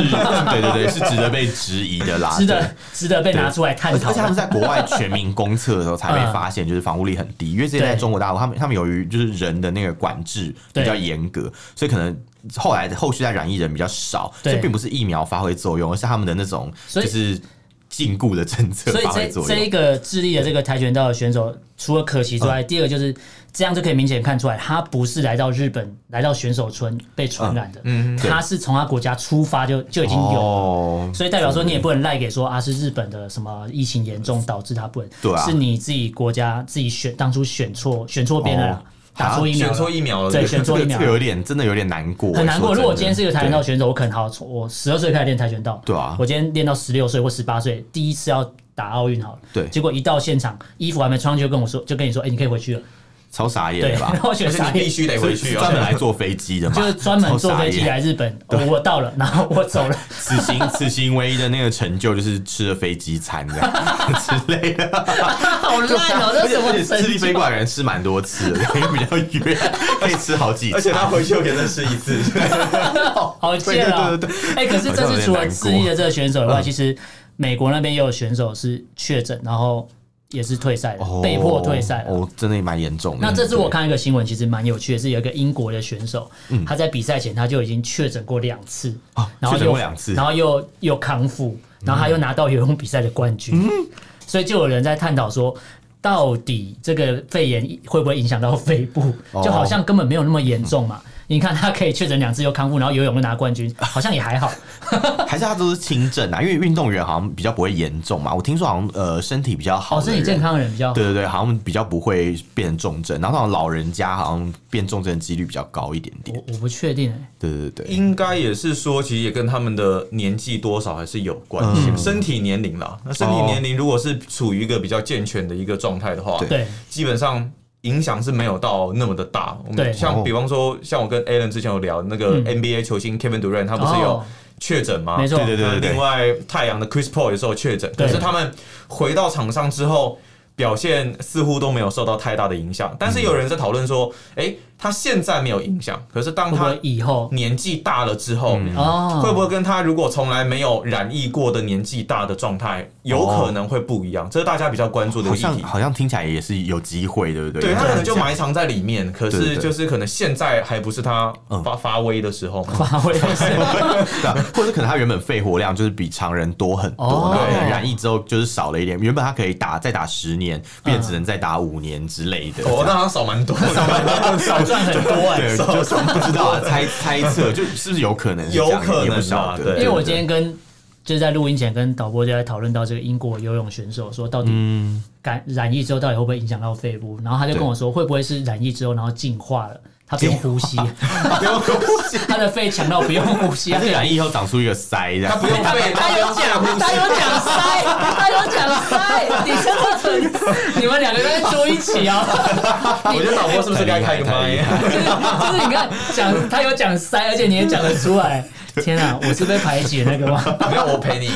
S3: 对对对，是值得被质疑的啦，
S2: [LAUGHS] 值
S3: 啊对
S2: 得值得被拿出来探
S3: 而且
S2: 讨
S3: 而且。他们在国外全民公测的时候才被
S2: 嗯
S3: 发现，就是防护力很低，因为之前在
S2: 对
S3: 中国大陆，他们他们由于就是人的那个管制比较
S2: 对
S3: 严格，所以可能。后来后续在染疫人比较少，
S2: 对
S3: 这并不是疫苗发挥作用，而是他们的那种
S2: 所
S3: 就
S2: 以
S3: 是禁锢的政策
S2: 所以
S3: 发挥
S2: 这
S3: 作
S2: 这一
S3: 用。
S2: 个智利的这个跆拳道的选手，除了可惜之外，第二个就是这样就可以明显看出来，他不是来到日本来到选手村被传染的，
S3: 嗯对
S2: 他是从他国家出发就就已经有了。
S3: 哦，
S2: 所以代表说，你也不能赖给说啊，是日本的什么疫情严重导致他不能，
S3: 对啊
S2: 是你自己国家自己选当初选错选错边了啦
S3: 哦，
S2: 打错疫苗
S1: 选
S2: 了，
S1: 错疫苗了，
S2: 对
S1: 不
S2: 选
S3: 这
S1: [LAUGHS]
S2: 错疫
S3: 个这
S2: 苗
S3: 个
S2: 了，
S3: 有点真的有点难过，
S2: 很难过。
S3: 说真的
S2: 如果我今天是一个跆拳道选手，我可能好，我十二岁开始练跆拳道，
S3: 对啊
S2: 我今天练到十六岁或十八岁，第一次要打奥运好了，
S3: 对
S2: 结果一到现场，衣服还没穿就跟我说，就跟你说，哎，你可以回去了，
S3: [LAUGHS] 对超傻眼
S2: 对， [LAUGHS]
S3: 的吧
S2: 然？后我觉
S1: 而
S2: 得
S1: 且
S2: 傻
S1: 你必
S2: 眼。
S1: 须得回
S3: 是
S1: 去哦，
S3: 专门来坐飞机的嘛，
S2: 就是专门坐飞机
S3: [LAUGHS] 超傻眼
S2: 来日本，哦我到了，然后我走
S3: [LAUGHS]
S2: 了， [LAUGHS]
S3: 此行此行唯一的那个成就就是吃了飞机餐这样 [LAUGHS] 之类的，
S2: 好烂哦，这是 [LAUGHS] 什么
S3: 而且 [LAUGHS] 而且
S2: 神
S3: 智利飞过来的人吃蛮多次的， [LAUGHS] 因为比较远，可以吃好几
S1: 而
S3: 次
S1: 且。他回去又给他试一次，
S2: [LAUGHS] 好贱啊！
S3: 对对对
S2: 哎、可是这次除了智利的这个选手以外，
S3: 嗯
S2: 其实美国那边也有选手是确诊，然后也是退赛了，
S3: 哦
S2: 被迫退赛了。
S3: 哦，真的也蛮严重的。
S2: 那这次我看一个新闻，其实蛮有趣的，是有一个英国的选手，
S3: 嗯
S2: 他在比赛前他就已经确诊过两次，
S3: 哦
S2: 然后
S3: 确诊
S2: 又
S3: 过两次
S2: 然后又又康复，然后他又拿到游泳比赛的冠军，
S3: 嗯
S2: [LAUGHS] 所以就有人在探讨说。到底这个肺炎会不会影响到肺部？
S3: 哦
S2: 就好像根本没有那么严重嘛。你看他可以确诊两次又康复，然后游泳又拿冠
S3: 嗯
S2: 军，好像也还好。
S3: 对还是他都是轻症啊，因为运动员好像比较不会严重嘛。我听说好像呃身体比较 [LAUGHS] 好
S2: 哦，
S3: 的人，
S2: 身体健康的人比较好
S3: 对。对对，好像比较不会变成重症，然后那种老人家好像变重症的几率比较高一点点。
S2: 我我不确定哎、
S3: 对对对，
S1: 应该也是说，其实也跟他们的年纪多少还是有关系，身体年龄啦。那身体年龄如果是处于一个比较健全的一个状态的话，
S3: 对
S2: 对
S1: 基本上影响是没有到那么的大。我
S2: 对
S1: 们
S3: 哦
S1: 像比方说，像我跟 Alan 之前有聊那个
S2: 嗯
S1: NBA 球星 Kevin Durant，他不是有
S2: 哦
S1: 确诊吗？
S2: 没错，
S3: 对对对
S1: 那另外，太阳的 Chris Paul 也是有确诊，
S2: 对
S1: 可是他们回到场上之后，表现似乎都没有受到太大的影响。但是有人在讨论说，哎、他现在没有影响，可是当
S2: 嗯会不
S1: 他
S2: 会以后
S3: 嗯
S1: 年纪大了之后，
S2: 哦 [LAUGHS]
S1: 会不会跟他如果从来没有染疫过的年纪大的状态，有可能会不一样？这是大家比较关注的
S3: 哦好
S1: 议题
S3: 像。好像听起来也是有机会，对不对？
S1: 对他可能就
S3: 蛮。
S1: 埋藏在里面，可
S3: 对
S1: 是
S3: 对对
S1: 就是可能现在还不是他发发威的时候嘛。
S2: 发挥不是？
S3: 对啊，
S1: [LAUGHS]
S3: 或者是可能他原本肺活量就是比常人多很多
S2: 哦，
S3: 然后可能染疫之后就是少了一点，原本他可以打再打十年，变只能再打五年之类的。
S1: 嗯哦，那他少蛮多的， [LAUGHS] 少蛮
S2: 少赚很多哎、
S1: [LAUGHS]
S3: 对，就是不知道啊，猜猜测就是不是有可能是这样，
S1: 有可能啊
S3: 也不晓得。
S1: 对
S2: 因为我今天跟就是在录音前跟导播就在讨论到这个英国游泳选手，说到底
S1: 嗯
S2: 感染疫之后到底会不会影响到肺部，然后他就跟我说，会不会是染疫之后然后进化了，他不用呼吸，
S3: 不用
S2: [LAUGHS]
S3: 呼吸，
S2: 他的肺强到不用呼吸，
S3: 还
S2: 他
S3: 是
S2: 可以
S3: 染疫以后长出一个腮
S1: [LAUGHS]
S3: 这
S1: 他
S3: 样
S1: 不。用背，
S2: 他有讲，他有讲塞，他有讲塞，你真的很，你们两个在住一起哦。
S1: [LAUGHS] 我觉得导播是不是该开个
S3: 太厉
S1: 麦？ [LAUGHS]
S2: 就是就是你看讲，他有讲塞，而且你也讲得出来。
S1: [LAUGHS]
S2: 天啊，我是被排挤的那个吗？
S1: 没有，我陪你。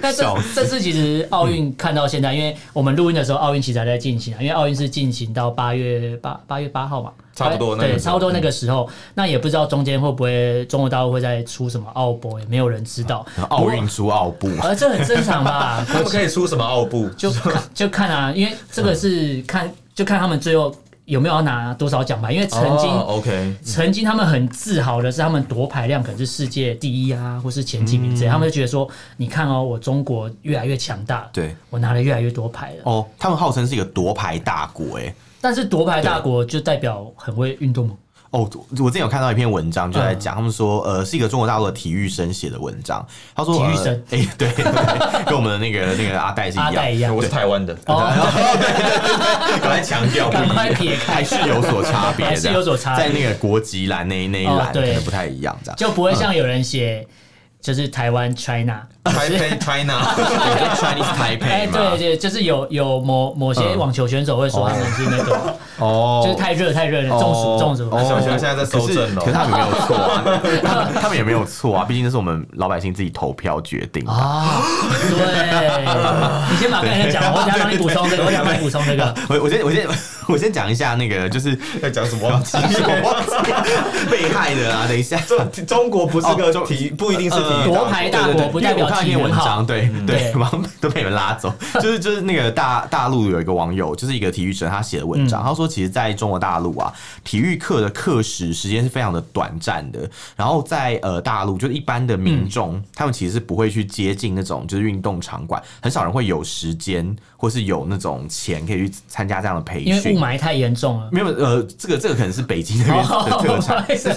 S2: 那这
S3: 笑
S2: 这次其实奥运看到现在，因为我们录音的时候，奥运其实还在进行啊，因为奥运是进行到八月八八月八号嘛，
S1: 差不多那个时
S2: 对，
S1: 候
S2: 差不多那个时候。那也不知道中间会不会中国大陆会再出什么奥博，也没有人知道。
S1: 啊
S3: 奥运输奥布，
S2: 而这很正常吧？
S1: 他们可以出什么奥布？哦
S2: [LAUGHS] 就
S1: [LAUGHS]
S2: 看就看啊，因为这个是看就看他们最后有没有要拿多少奖牌，因为曾经、
S1: 哦 OK，
S2: 曾经他们很自豪的是，他们夺牌量可能是世界第一啊，或是前几名之类，
S3: 嗯
S2: 他们就觉得说，你看哦，我中国越来越强大了，
S3: 对，
S2: 我拿了越来越多牌了。
S3: 哦，他们号称是一个夺牌大国、欸，
S2: 但是夺牌大国就代表很会运动吗？
S3: 哦，我之前有看到一篇文章，就在
S1: 嗯
S3: 讲、他们说，呃，是一个中国大陆的体育生写的文章。他说，
S2: 体育
S3: 呃
S2: 生
S3: 哎、对对，跟我们的那个那个阿戴是一
S2: 阿
S3: 样。
S2: 戴一样
S1: 我。是台湾的，
S2: 哦，
S3: [LAUGHS] 赶快强调不
S2: 赶
S3: 一样，
S2: 快撇开，
S3: 还是有所差别的，
S2: 还是有所差别
S3: 在那个国籍栏那一那一
S2: 哦
S3: 栏可
S2: 对
S3: 能不太一样，这样。
S2: 就不会像有人写就是台湾 China，
S1: 台北 China， [LAUGHS]
S3: Chinese
S2: 哎，
S3: Taipei
S2: 对
S3: 嘛，嗯
S2: 对，就是有有某某些网球选手会说他们是那个，
S3: 哦
S2: 就是太热太热了，中暑中暑。
S3: 哦
S1: 哎小熊现在在搜证哦
S3: 可
S1: 了。
S3: 是可是他们没有错啊，
S2: [LAUGHS]
S3: 他们他们也没有错啊，毕竟那是我们老百姓自己投票决定的。
S2: 啊，
S3: [LAUGHS]
S2: 对，你先把刚才讲完，我等下帮你补充这个，我等下帮你补充这个。
S3: 我我先我先我先讲一下那
S2: [LAUGHS]
S3: 个，就是
S1: 在讲什么？忘记
S3: 我忘记了 [LAUGHS] 被害的啊，等一下。
S1: 中中国不是
S3: 哦
S1: 个
S3: 中
S1: 体，不一定是体育
S3: 呃
S2: 夺牌大
S3: 对对
S2: 国不
S3: 对
S2: 代
S3: 因为
S2: 表
S3: 我看
S2: 体
S3: 一
S2: 育
S3: 篇文
S2: 好
S3: 章，，对对，
S2: 嗯对
S3: 网都被你们拉走，就是就是那个大大陆有一个网友，就是一个体育生，他写的文
S2: 嗯
S3: 章，他说其实在中国大陆啊，体育课的课时时间是非常的短暂的，然后在呃大陆就是一般的
S2: 嗯
S3: 民众，他们其实是不会去接近那种就是运动场馆，很少人会有时间或是有那种钱可以去参加这样的培
S2: 因为雾
S3: 训。
S2: 霾太严重了。
S3: 没有，呃，这个这个可能是北京那边的特产，
S2: [LAUGHS] 是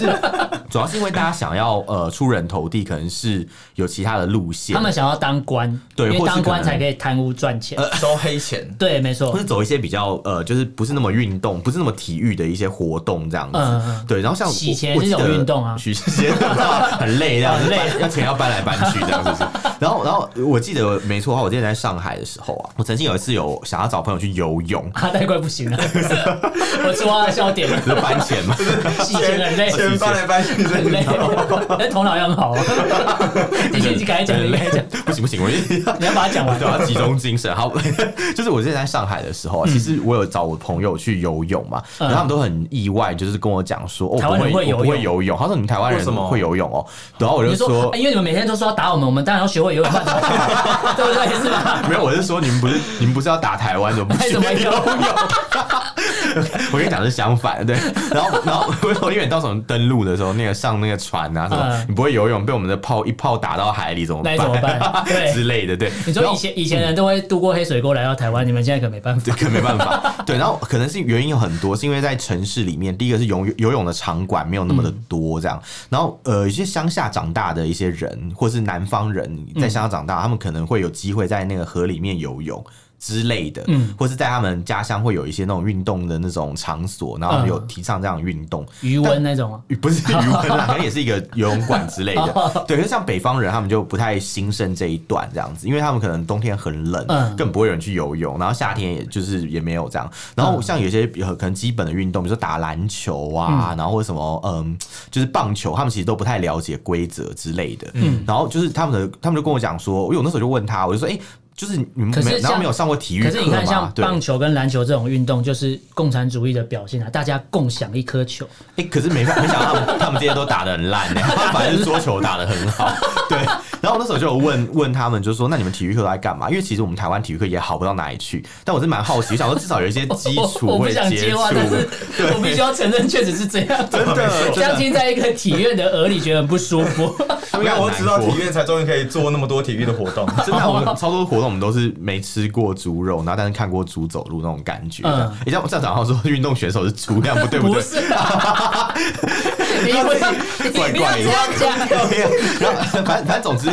S3: 主要是因为大家想要呃出人头地，可能是有其他的路线，
S2: 他们想要当官，
S3: 对
S2: 因为
S3: 或是
S2: 当官
S3: 可能呃
S2: 才可以贪污赚钱。
S1: 呃收黑钱。
S2: 对，没错
S3: 或，是走一些比较呃，就是不是那么运动，不是那么体育的一些活动这样子。
S2: 嗯嗯嗯
S3: 对，然后像我
S2: 洗钱
S3: 我
S2: 是
S3: 记
S2: 一种
S3: 得
S2: 运动啊
S3: 洗钱很累这样，
S2: 很累，
S3: 搬要钱要搬来搬去这样，是不是？然后然后我记得没错的话，我之前在上海的时候啊，我曾经有一次有想要找朋友去游泳
S2: 阿呆怪不行
S3: [LAUGHS]
S2: 了，我戳他的笑点了，
S3: 就是搬钱嘛。 [LAUGHS]
S2: [LAUGHS] 洗钱很累，
S1: 钱翻来翻去，
S2: 很累，
S3: [LAUGHS]
S2: 那头脑要很好啊。继续，你赶快讲，你赶快讲，
S3: 不行不行，我一定要
S2: 你要把它讲完
S3: 对，。
S2: [LAUGHS]
S3: 啊要集中精神。好， [LAUGHS] 就是我之前在上海的时候啊，其实我有找我朋友去游泳嘛，
S2: 嗯
S3: 然后他们都很意外，就是跟我讲说，哦，
S2: 台湾人
S3: 我不
S2: 会
S3: 会，
S2: 游
S3: 我
S2: 泳
S3: 不会游泳。他说你们台湾
S1: 为
S3: 人
S1: 什么
S3: 会游泳哦，然后我就
S2: 你说
S3: 说，
S2: 哎。因为你们每天都说要打我们，我们当然要学会游泳，不然怎么
S3: [LAUGHS]
S2: 办对不对？是吧？
S3: 没有，我是说你们不是你们不是要打台湾，怎么不
S2: [LAUGHS] 哎
S3: 去
S2: 怎么
S3: 游
S2: 游
S3: 泳？我跟你讲是相反，对。然后
S2: [LAUGHS]
S3: 然后我说，因为你到时候登陆的时候，那个上那个船啊什么
S2: 嗯，
S3: 你不会游泳，被我们的炮一炮打到海里怎么
S2: 那你怎么
S3: 办？
S2: 办？对，
S3: [LAUGHS] 之类的，对。
S2: 你
S3: 然
S2: 说
S3: 后
S2: 以前以前人都会渡过黑水沟来到台湾，你们现在可没办法
S3: 这。个没办法。对，然后可能是原因有很多，是因为在城市里面，第一个是游游泳的场馆没有那么的多，这样。然后呃，有些乡下长大的一些人，或是南方人在乡下长大，他们可能会有机会在那个河里面游泳。之类的，
S2: 嗯
S3: 或是在他们家乡会有一些那种运动的那种场所，然后他们有提倡这样的运动，
S2: 余温那种吗？啊
S3: [LAUGHS] 不
S2: [LAUGHS]
S3: 是余温啦，可能也是一个游泳馆之类的。对，可是像北方人，他们就不太兴盛这一段这样子，因为他们可能冬天很冷，
S2: 嗯
S3: 更不会有人去游泳，然后夏天也就是也没有这样。然后像有些呃可能基本的运动，比如说打篮球啊，然后或者什么嗯，就是棒球，他们其实都不太了解规则之类的。嗯，然后就是他们的，他们就跟我讲说，因为我那时候就问他，我就说，哎、就是你们
S2: 可是
S3: 没有，然后
S2: 像
S3: 没有上过体育
S2: 可
S3: 课
S2: 是你看，像
S3: 嘛？对，
S2: 棒球跟篮球这种运动，就是共产主义的表现啊！大家共享一颗球，
S3: 哎、可是没办法，没想到他们他们这些都打得很
S2: [LAUGHS]
S3: 烂呢、他们反正是桌球打得很好。对，然后我那时候就有问问他们，就说那你们体育课都在干嘛？因为其实我们台湾体育课也好不到哪里去，但我是蛮好奇，我想说至少有一些基
S2: 我我
S3: 础
S2: 不
S3: 会
S2: 想
S3: 接
S2: 接
S3: 触
S2: 话，。但
S3: [LAUGHS]
S2: 是
S3: 对
S2: 我必须要承认，确实是这样。
S3: 真的，
S2: 这样听在一个体院的耳里，觉得很不舒服。
S1: [LAUGHS]
S3: 他
S1: 没有，啊我只知道体
S3: 育。
S1: 院才终于可以做那么多体育的活动。
S3: [LAUGHS] 真的啊，我们超多活动，我们都是没吃过猪肉，然后但是看过猪走路那种感觉。
S2: 嗯
S3: 你像我站长好说，运动选手是猪，这样 [LAUGHS] 不对不
S2: 不
S3: 对？
S2: 是
S3: [LAUGHS]
S2: 啊，你不要，你不要这样讲。
S3: 没有，然后 [LAUGHS] 反反正总之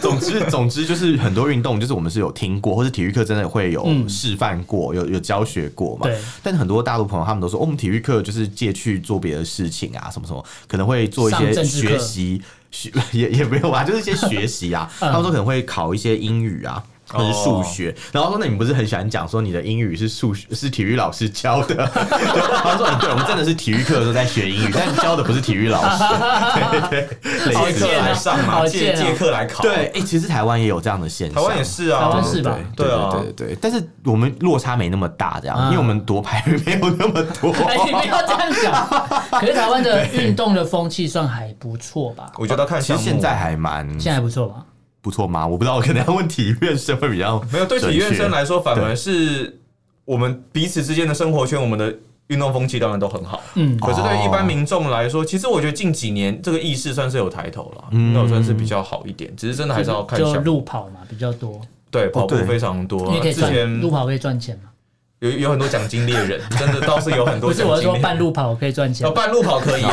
S3: 总之总之就是很多运动，就是我们是有听过，或是体育课真的会有
S2: 嗯
S3: 示范过，有有教学过嘛。
S2: 对。
S3: 但是很多大陆朋友他们都说，哦我们体育课就是借去做别的事情啊，什么什么，可能会做一
S2: 上
S3: 些
S2: 政治课
S3: 学
S2: [LAUGHS]
S3: [LAUGHS]
S2: 嗯
S3: 习，学也也没有啊，就是一些学习啊。他们说可能会考一些英语啊。或者是数学。然后说，那你不是很喜欢讲说你的英语是数学是体育老师教的？ [LAUGHS] 然后说，嗯对，我们真的是体育课的时候在学英语，但教的不是体育老师。对对
S1: 借
S3: 对，类似
S1: 课来
S3: 来
S1: 上嘛，
S2: 好
S1: 借
S2: 贱哦
S1: 借课来考。
S3: 对，哎、其实台湾也有这样的现象，
S1: 台湾也是啊，
S2: 台湾是吧
S3: 对
S1: 对啊
S3: 对对对，但是我们落差没那么大，这样，因为我们夺牌没有那么多。
S2: 哎，你
S1: [LAUGHS]
S2: 不要这样讲。可是台湾
S3: [LAUGHS]
S2: 的运动的风气算还不错吧？
S1: 我觉得要看
S3: 其
S1: 项
S3: 实
S1: 目。
S3: 现在还蛮
S2: 现在还不错吧？
S3: 不错吗？我不知道，我可能要问体院生会比较
S1: [LAUGHS] 没有对体院生
S3: 准确
S1: 来说，反而是我们彼此之间的生活圈，我们的运动风气当然都很好。
S2: 嗯，
S1: 可是对一
S3: 哦
S1: 般民众来说，其实我觉得近几年这个意识算是有抬头了，那我算是比较好一点。只是真的还是要看
S2: 就
S1: 项目，
S2: 路跑嘛比较多，
S1: 对跑步
S3: 对
S1: 非常多
S2: 因为
S1: 啊。
S2: 可以
S1: 之
S2: 赚
S1: 前
S2: 路跑可以赚钱嘛。
S1: 有有很多奖金猎人，真的倒是有很
S2: 不
S1: 多
S2: 是，
S1: 奖
S2: 我是
S1: 金
S2: 说
S1: 猎
S2: 半
S1: 人。
S2: 路跑可以赚钱
S1: 哦，。半路跑可以啊。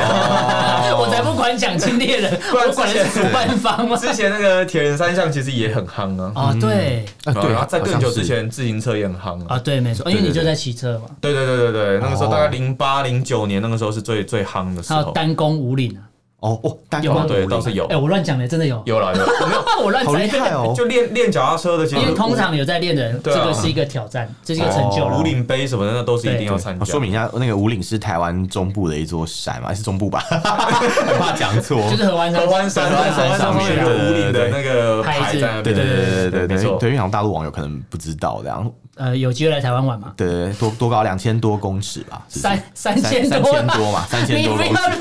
S2: 我才不管奖金猎人，
S1: 不然
S2: 我管的是主办方嘛。
S1: 之前那个铁人三项其实也很夯啊，
S2: 哦，对，
S3: 啊对，
S1: 然后在
S3: 好像
S1: 更久之
S3: 是，
S1: 前自行车也很夯啊。
S2: 啊，对，没错，因为你就在骑车嘛，
S1: 对对对对对，那个时候大概
S3: 哦
S1: 零八零九年那个时候是最最夯的时
S2: 还有
S1: 候。
S2: 单攻五岭啊。
S3: 哦哦，单
S2: 有吗
S3: 杠
S1: 对，
S3: 五
S1: 倒是
S3: 零
S1: 有啊
S2: 哎，我乱讲的，真的有，
S1: 有
S2: [LAUGHS]
S1: 啦有啦，没有
S2: 我乱
S3: 好厉害
S2: 猜。
S3: 哦！
S1: 就练练脚踏车的，其实
S2: [LAUGHS] 因为通常有在练的人，这
S1: 对啊
S2: 个是一个挑战，这是一个成就
S3: 哦
S1: 五
S2: 了。
S1: 岭杯什么的，那都是一定要参
S3: 我
S1: 加。
S3: 说明一下，那个五岭是台湾中部的一座山嘛，是中
S1: [LAUGHS]
S3: 部吧？很怕讲错。
S2: 就是合欢山，啊
S1: 合欢山，
S3: 合
S1: 合欢
S3: 欢
S1: 山
S3: 山上
S1: 上
S3: 面
S1: 面有五岭的那个牌在那
S3: 对
S1: 边，
S3: 对对对对对
S1: 没
S3: 对，
S1: 错
S3: 对，。因为好像大陆网友可能不知道这样，
S2: 呃，有机会来台湾玩嘛？
S3: 对对，对多多高两千多公尺吧，是不是
S2: 三三千
S3: 三
S2: 多
S3: 千多嘛，三千
S2: 你
S3: 多
S2: 不
S3: 公
S2: 要
S3: 尺，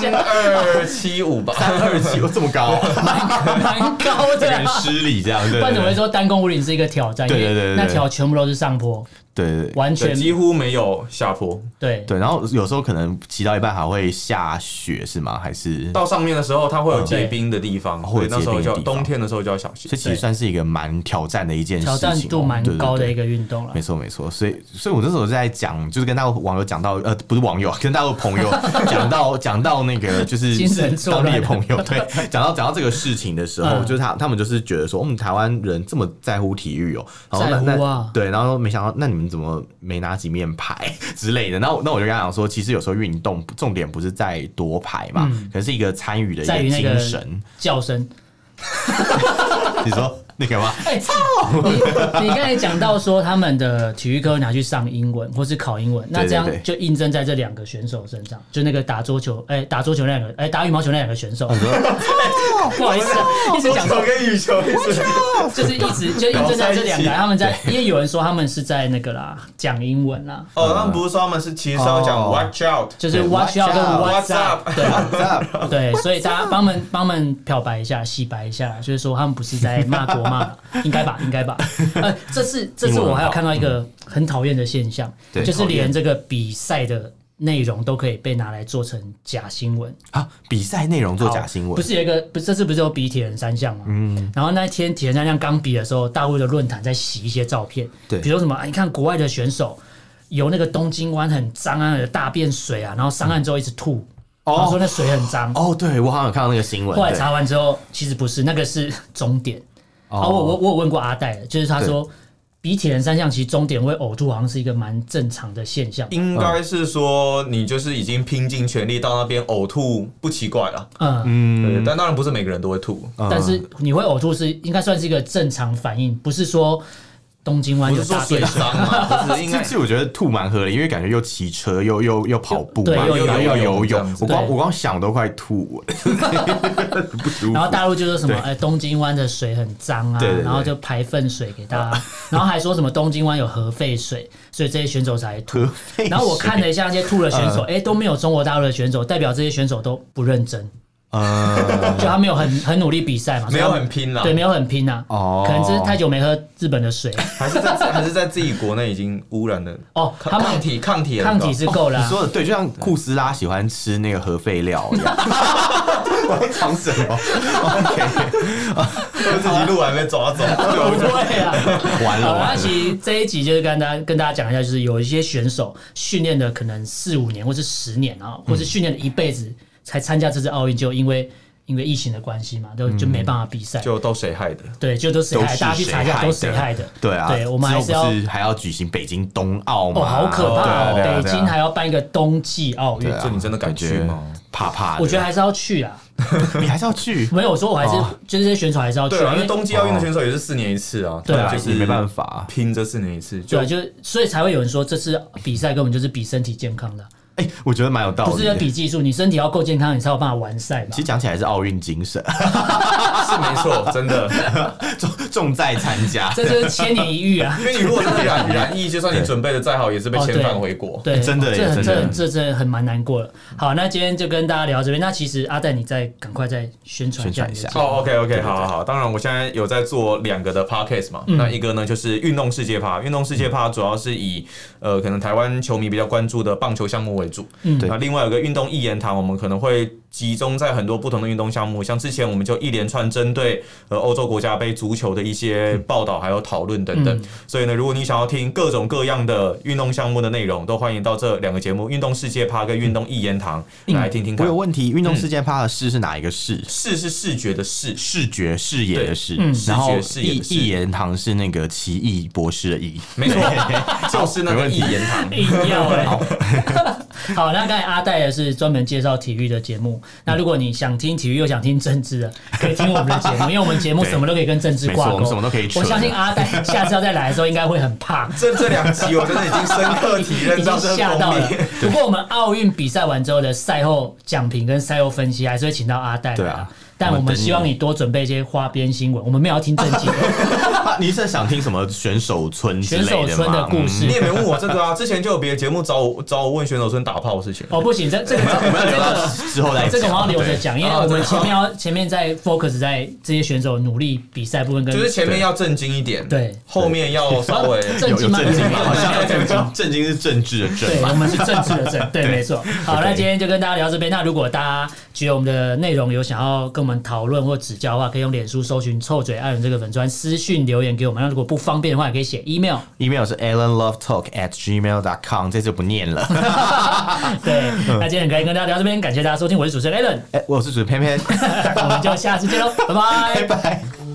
S1: 三
S2: 乱
S1: 二七五吧，
S3: [LAUGHS] 三二七，哦这么高，
S2: 讲，蛮高的
S3: 这个人
S2: 啊。
S3: 失礼这样，对
S2: 不
S3: 对
S2: 然怎么会
S3: 对
S2: 说单攻五岭是一个挑战？
S3: 对对
S2: 因为
S3: 对对对
S2: 那条全部都是上坡，
S3: 对对。
S2: 完
S1: 对，
S2: 全
S1: 几乎没有下坡。
S2: 对。
S3: 对，然后有时候可能骑到一半还会下雪，是吗？还是
S1: 到上面的时候，它会有结冰的地方，
S3: 会
S1: 嗯
S3: 有
S1: 对，那时候
S3: 结冰的
S1: 就要
S3: 地方
S1: 冬天的时候就要小心
S3: 这。其实算是一个蛮挑战的一件事情
S2: 挑
S3: 哦，
S2: 战度蛮高的一
S3: 个。
S2: 个运动了
S3: 没。错没错，所以所以我那时候在讲，就是跟大陆网友讲到，呃，不是网友，跟大陆朋
S2: [LAUGHS]
S3: 友讲到讲到那个就是
S2: 精神错
S3: 当
S2: 乱
S3: 地的朋友，
S2: [LAUGHS]
S3: 对，讲到讲到这个事情的时候，
S2: 嗯
S3: 就是他他们就是觉得说，我们台湾人这么在乎体育哦、然后那
S2: 在乎啊
S3: 那对，然后没想到那你们怎么没拿几面牌 [LAUGHS] 之类的？然后那我就跟他讲说，其实有时候运动重点不是在夺牌嘛，可能是一个参与的一
S2: 嗯在于
S3: 个
S2: 那个
S3: 精神。
S2: 叫声，
S3: 你
S2: [LAUGHS]
S3: 说那个吗？
S2: 哎、操！你你刚才讲到说他们的体育科拿去上英文或是考英文，那
S3: 对对
S2: 这样
S3: 对
S2: 就印证在这两个选手身上，就那个打桌球，哎、打桌球那两个，哎、打羽毛球那两个选
S3: 哦
S2: 手， [LAUGHS] 不好意思啊，一直讲
S1: 手
S2: 错，
S1: 跟羽球也 [LAUGHS] 是，
S2: 就是一直就印证在这两
S1: 搞在一
S2: 个，
S1: 起
S2: 他们在，因为有人说他们是在那个啦，讲英文啦，
S1: 哦，他们不是说他们是其实是要讲
S3: 哦
S1: watch out，
S2: 就是
S3: watch
S2: watch out 跟
S3: out，
S2: what's
S1: what's
S2: up，
S1: up
S2: 对对，所以大家帮们帮们漂白一下、洗白一下，就是说他们不是在骂国骂，应该吧，应该吧。呃，这次这次我还有看到一个很讨厌的现象，
S3: 嗯对
S2: 就是连这个比赛的内容都可以被拿来做成假新闻，
S3: 啊，比赛内容做假新闻，
S2: 不是有一个不是这次不是有比铁人三项吗？嗯，然后那天铁人三项刚比的时候，大陆的论坛在洗一些照片，
S3: 对
S2: 比如说什么，啊你看国外的选手游那个东京湾很脏啊，有大便水啊，然后上岸之后一直吐，
S3: 哦
S2: 然后说那水很脏。
S3: 哦，对我好像有看到那个新闻。
S2: 后来
S3: 对
S2: 查完之后，其实不是，那个是终点。
S3: 哦
S2: 啊，我我我有问过阿戴的，就是他说，比铁人三项其实终点会呕吐，好像是一个蛮正常的现象。
S1: 应该是说你就是已经拼尽全力到那边呕吐不奇怪了，
S2: 嗯，
S1: 对，但当然不是每个人都会吐，
S2: 但是你会呕吐是应该算是一个正常反应，不是说东京湾
S1: 不
S2: 有
S1: 是说
S2: 大
S1: 水
S2: 便水。
S1: 脏
S2: [LAUGHS]
S1: 嘛，就是应
S3: 这
S1: 该
S3: 其实我觉得吐蛮合理，因为感觉又骑车又又又跑步嘛，
S2: 对又
S3: 又
S2: 游
S1: 泳
S3: 又游
S1: 这
S3: 泳
S1: 样，子
S3: 我光
S2: 对
S3: 我光想都快吐 [LAUGHS] 了，不舒服。
S2: 然后大陆就说什么，
S3: 对
S2: 哎，东京湾的水很脏啊
S3: 对对，对
S2: 然后就排粪水给大家，然后还说什么东京湾有核废水，所以这些选手才吐。然后我看了一下那些吐的选手，哎，都没有中国大陆的选手，代表这些选手都不认真。
S3: 呃，
S2: 就他没有很很努力比赛嘛，
S1: 没有
S2: 所以他
S1: 很拼啦，
S2: 对，没有很拼呐、啊。
S3: 哦
S2: 可能只是太久没喝日本的水
S1: 还是在自还是在自己国内已经污染的
S2: 哦，他
S1: 抗
S2: 们
S1: 抗体抗体也
S2: 抗
S1: 很高
S2: 体是够了、
S3: 你
S2: 啊。
S3: 说的对，就像库斯拉喜欢吃那个核废料一样。
S2: [LAUGHS]
S3: 我在讲什么？OK，
S1: 自己录完被抓
S2: [LAUGHS]
S1: 走，
S3: [LAUGHS]
S2: 不会啊，
S3: 完了
S2: 好那
S3: 完了。
S2: 其实这一集就是跟大家跟大家讲一下，就是有一些选手训练
S3: 嗯
S2: 的可能四五年或是十年啊，或是训练了一辈子才参加这次奥运，就因为因为疫情的关系嘛，都就没办法比赛。
S1: 就都谁害的？
S2: 对，就都是谁害，
S3: 嗯都是
S2: 大家去查一
S3: 谁害
S2: 下，
S3: 的
S2: 都是谁害的。
S3: 对啊，
S2: 对我们还是
S3: 之后
S2: 要
S3: 不是还要举行北京冬奥嘛？
S2: 哦，好可
S3: 对
S2: 怕
S3: 啊
S2: 哦！
S3: 对啊
S2: 北
S3: 对啊
S2: 京还要办一个冬季奥运
S3: 对，啊
S1: 这你真的敢去吗？
S3: 怕怕的，
S2: 我觉得还是要去啊。
S3: 你还是要去，
S2: 没有，我说我还是
S3: 哦
S2: 就是这些选手还是要去
S1: 对啊，
S2: 啊，
S1: 因为
S2: 因为
S1: 冬季奥运的选手也是四年一次啊，
S2: 对啊
S1: 他们就是
S3: 你没办法。
S1: 拼这四年一次，就
S2: 对，啊就是所以才会有人说这次比赛根本就是比身体健康的，啊
S3: 哎，我觉得蛮有道
S2: 不是
S3: 理
S2: 要
S3: 的。
S2: 比技术，你身体要够健康，你才有办法完赛嘛
S3: 其实。讲起来是奥运精神， [LAUGHS]
S1: 是没错，真
S2: [LAUGHS]
S1: 的。
S3: 重重在参加。
S2: 这就是千年一遇
S3: [LAUGHS]
S2: 啊！
S1: 因为你如果真的染染疫，就算你准备的再好，也是被遣返回国。
S2: 哦对，
S3: [LAUGHS] 真的耶
S2: 这很
S3: 真的
S2: 这很这真的很蛮难过的。好，那今天就跟大家聊到这边。那其实阿戴，你再赶快再宣传一下
S3: 宣传一
S2: 你的
S3: 下
S2: 节
S1: 哦、
S2: 目
S1: o k OK，好好好，当然我现在有在做两个的 podcast 嘛，
S3: 嗯
S1: 那一个呢就是运动世界趴，运动世界趴主要是以呃可能台湾球迷比较关注的棒球项目为主，
S2: 嗯
S1: 那另外有个运动一言堂，我们可能会集中在很多不同的运动项目，像之前我们就一连串针对呃欧洲国家杯足球的一些报道还有讨论等
S3: 嗯
S1: 等，所以呢，如果你想要听各种各样的运动项目的内容，都欢迎到这两个节目《运动世界趴》跟《运动一言堂》来听听
S3: 嗯我
S1: 看
S3: 有。问题，运动世界趴的视是哪一个视？
S1: 视是视觉的视，
S3: 视觉视野的视
S2: 嗯，
S3: 然后
S1: 视觉视野
S3: 一
S1: 的视
S3: 一言堂是那个奇异博士的异，
S1: 没错，就是那个一言堂。
S2: 硬要哎、 [LAUGHS] 好，那刚才阿戴的是专门介绍体育的节目。
S3: 嗯
S2: 那如果你想听体育又想听政治的，可以听我们的节
S3: [LAUGHS]
S2: 目，因为我们节目什么都可以跟政治
S3: 没错
S2: 挂
S3: 我们
S2: 钩，
S3: 什么都可以扯
S2: 我相信阿戴下次要再来的时候，应该会很
S3: [LAUGHS]
S2: 怕。
S1: [LAUGHS] 这这两集我真的已经深刻体
S2: 已
S1: 认到
S2: 经
S1: 这
S2: 吓
S1: 个
S2: 到
S1: 功
S2: 了
S1: 力。。
S3: [LAUGHS]
S2: 不过我们奥运比赛完之后的赛后讲评跟赛后分析，还是会请到阿戴来
S3: 对啊
S2: 但我
S3: 我们
S2: 们
S3: 等
S2: 希望
S3: 你
S2: 你多准备一些花边新闻，我们没有要听正经的
S3: 你是想听什么选手村 [LAUGHS] 之
S2: 选
S3: 类
S2: 手
S3: 的
S2: 村的
S3: 吗？
S2: 故
S3: 嗯
S2: 事
S1: 你。也没问我这个啊，之前就有别的节目找我找我问选手村打炮的事情。
S2: 哦，不行，这
S3: [LAUGHS]
S2: 这个
S3: 我们要留到之后再
S2: 这个我
S3: [LAUGHS]
S2: 要
S3: 讲
S2: 留着
S3: 对
S2: 讲，因为
S1: 哦
S2: 我
S1: 真
S2: 们
S1: 的
S2: 前面要前面在 focus 在这些选手努力比赛部分跟
S1: 就是前面要正经一点，
S2: 对
S1: 后面要稍微
S2: 正
S3: 有
S2: 经
S3: 有
S2: 吗？
S3: 震惊吗？好
S2: 有
S3: 像
S2: 正
S3: 震
S2: 经
S3: 惊，震惊是政治的
S2: 对，
S3: 政
S2: 我
S3: 嘛。
S2: 们是政治的 [LAUGHS] 政，对，没错。好，那
S3: OK
S2: 今天就跟大家聊到这边。那如果大家觉得我们的内容有想要跟我们讨论或指教的话，可以用脸书搜寻“臭嘴爱人”这个粉砖私讯留言给我们。那如果不方便的话，也可以写 [LAUGHS] email。
S3: email 是 alanlovetalk at gmail dot com，这次不念了。
S2: [LAUGHS] 对，那今天很开心跟大家聊到这 [LAUGHS] 边，感谢大家收听，我是主持人 Alan，
S3: 哎，我是主持人偏偏，
S2: 我们就下次见喽，拜拜
S3: 拜。拜。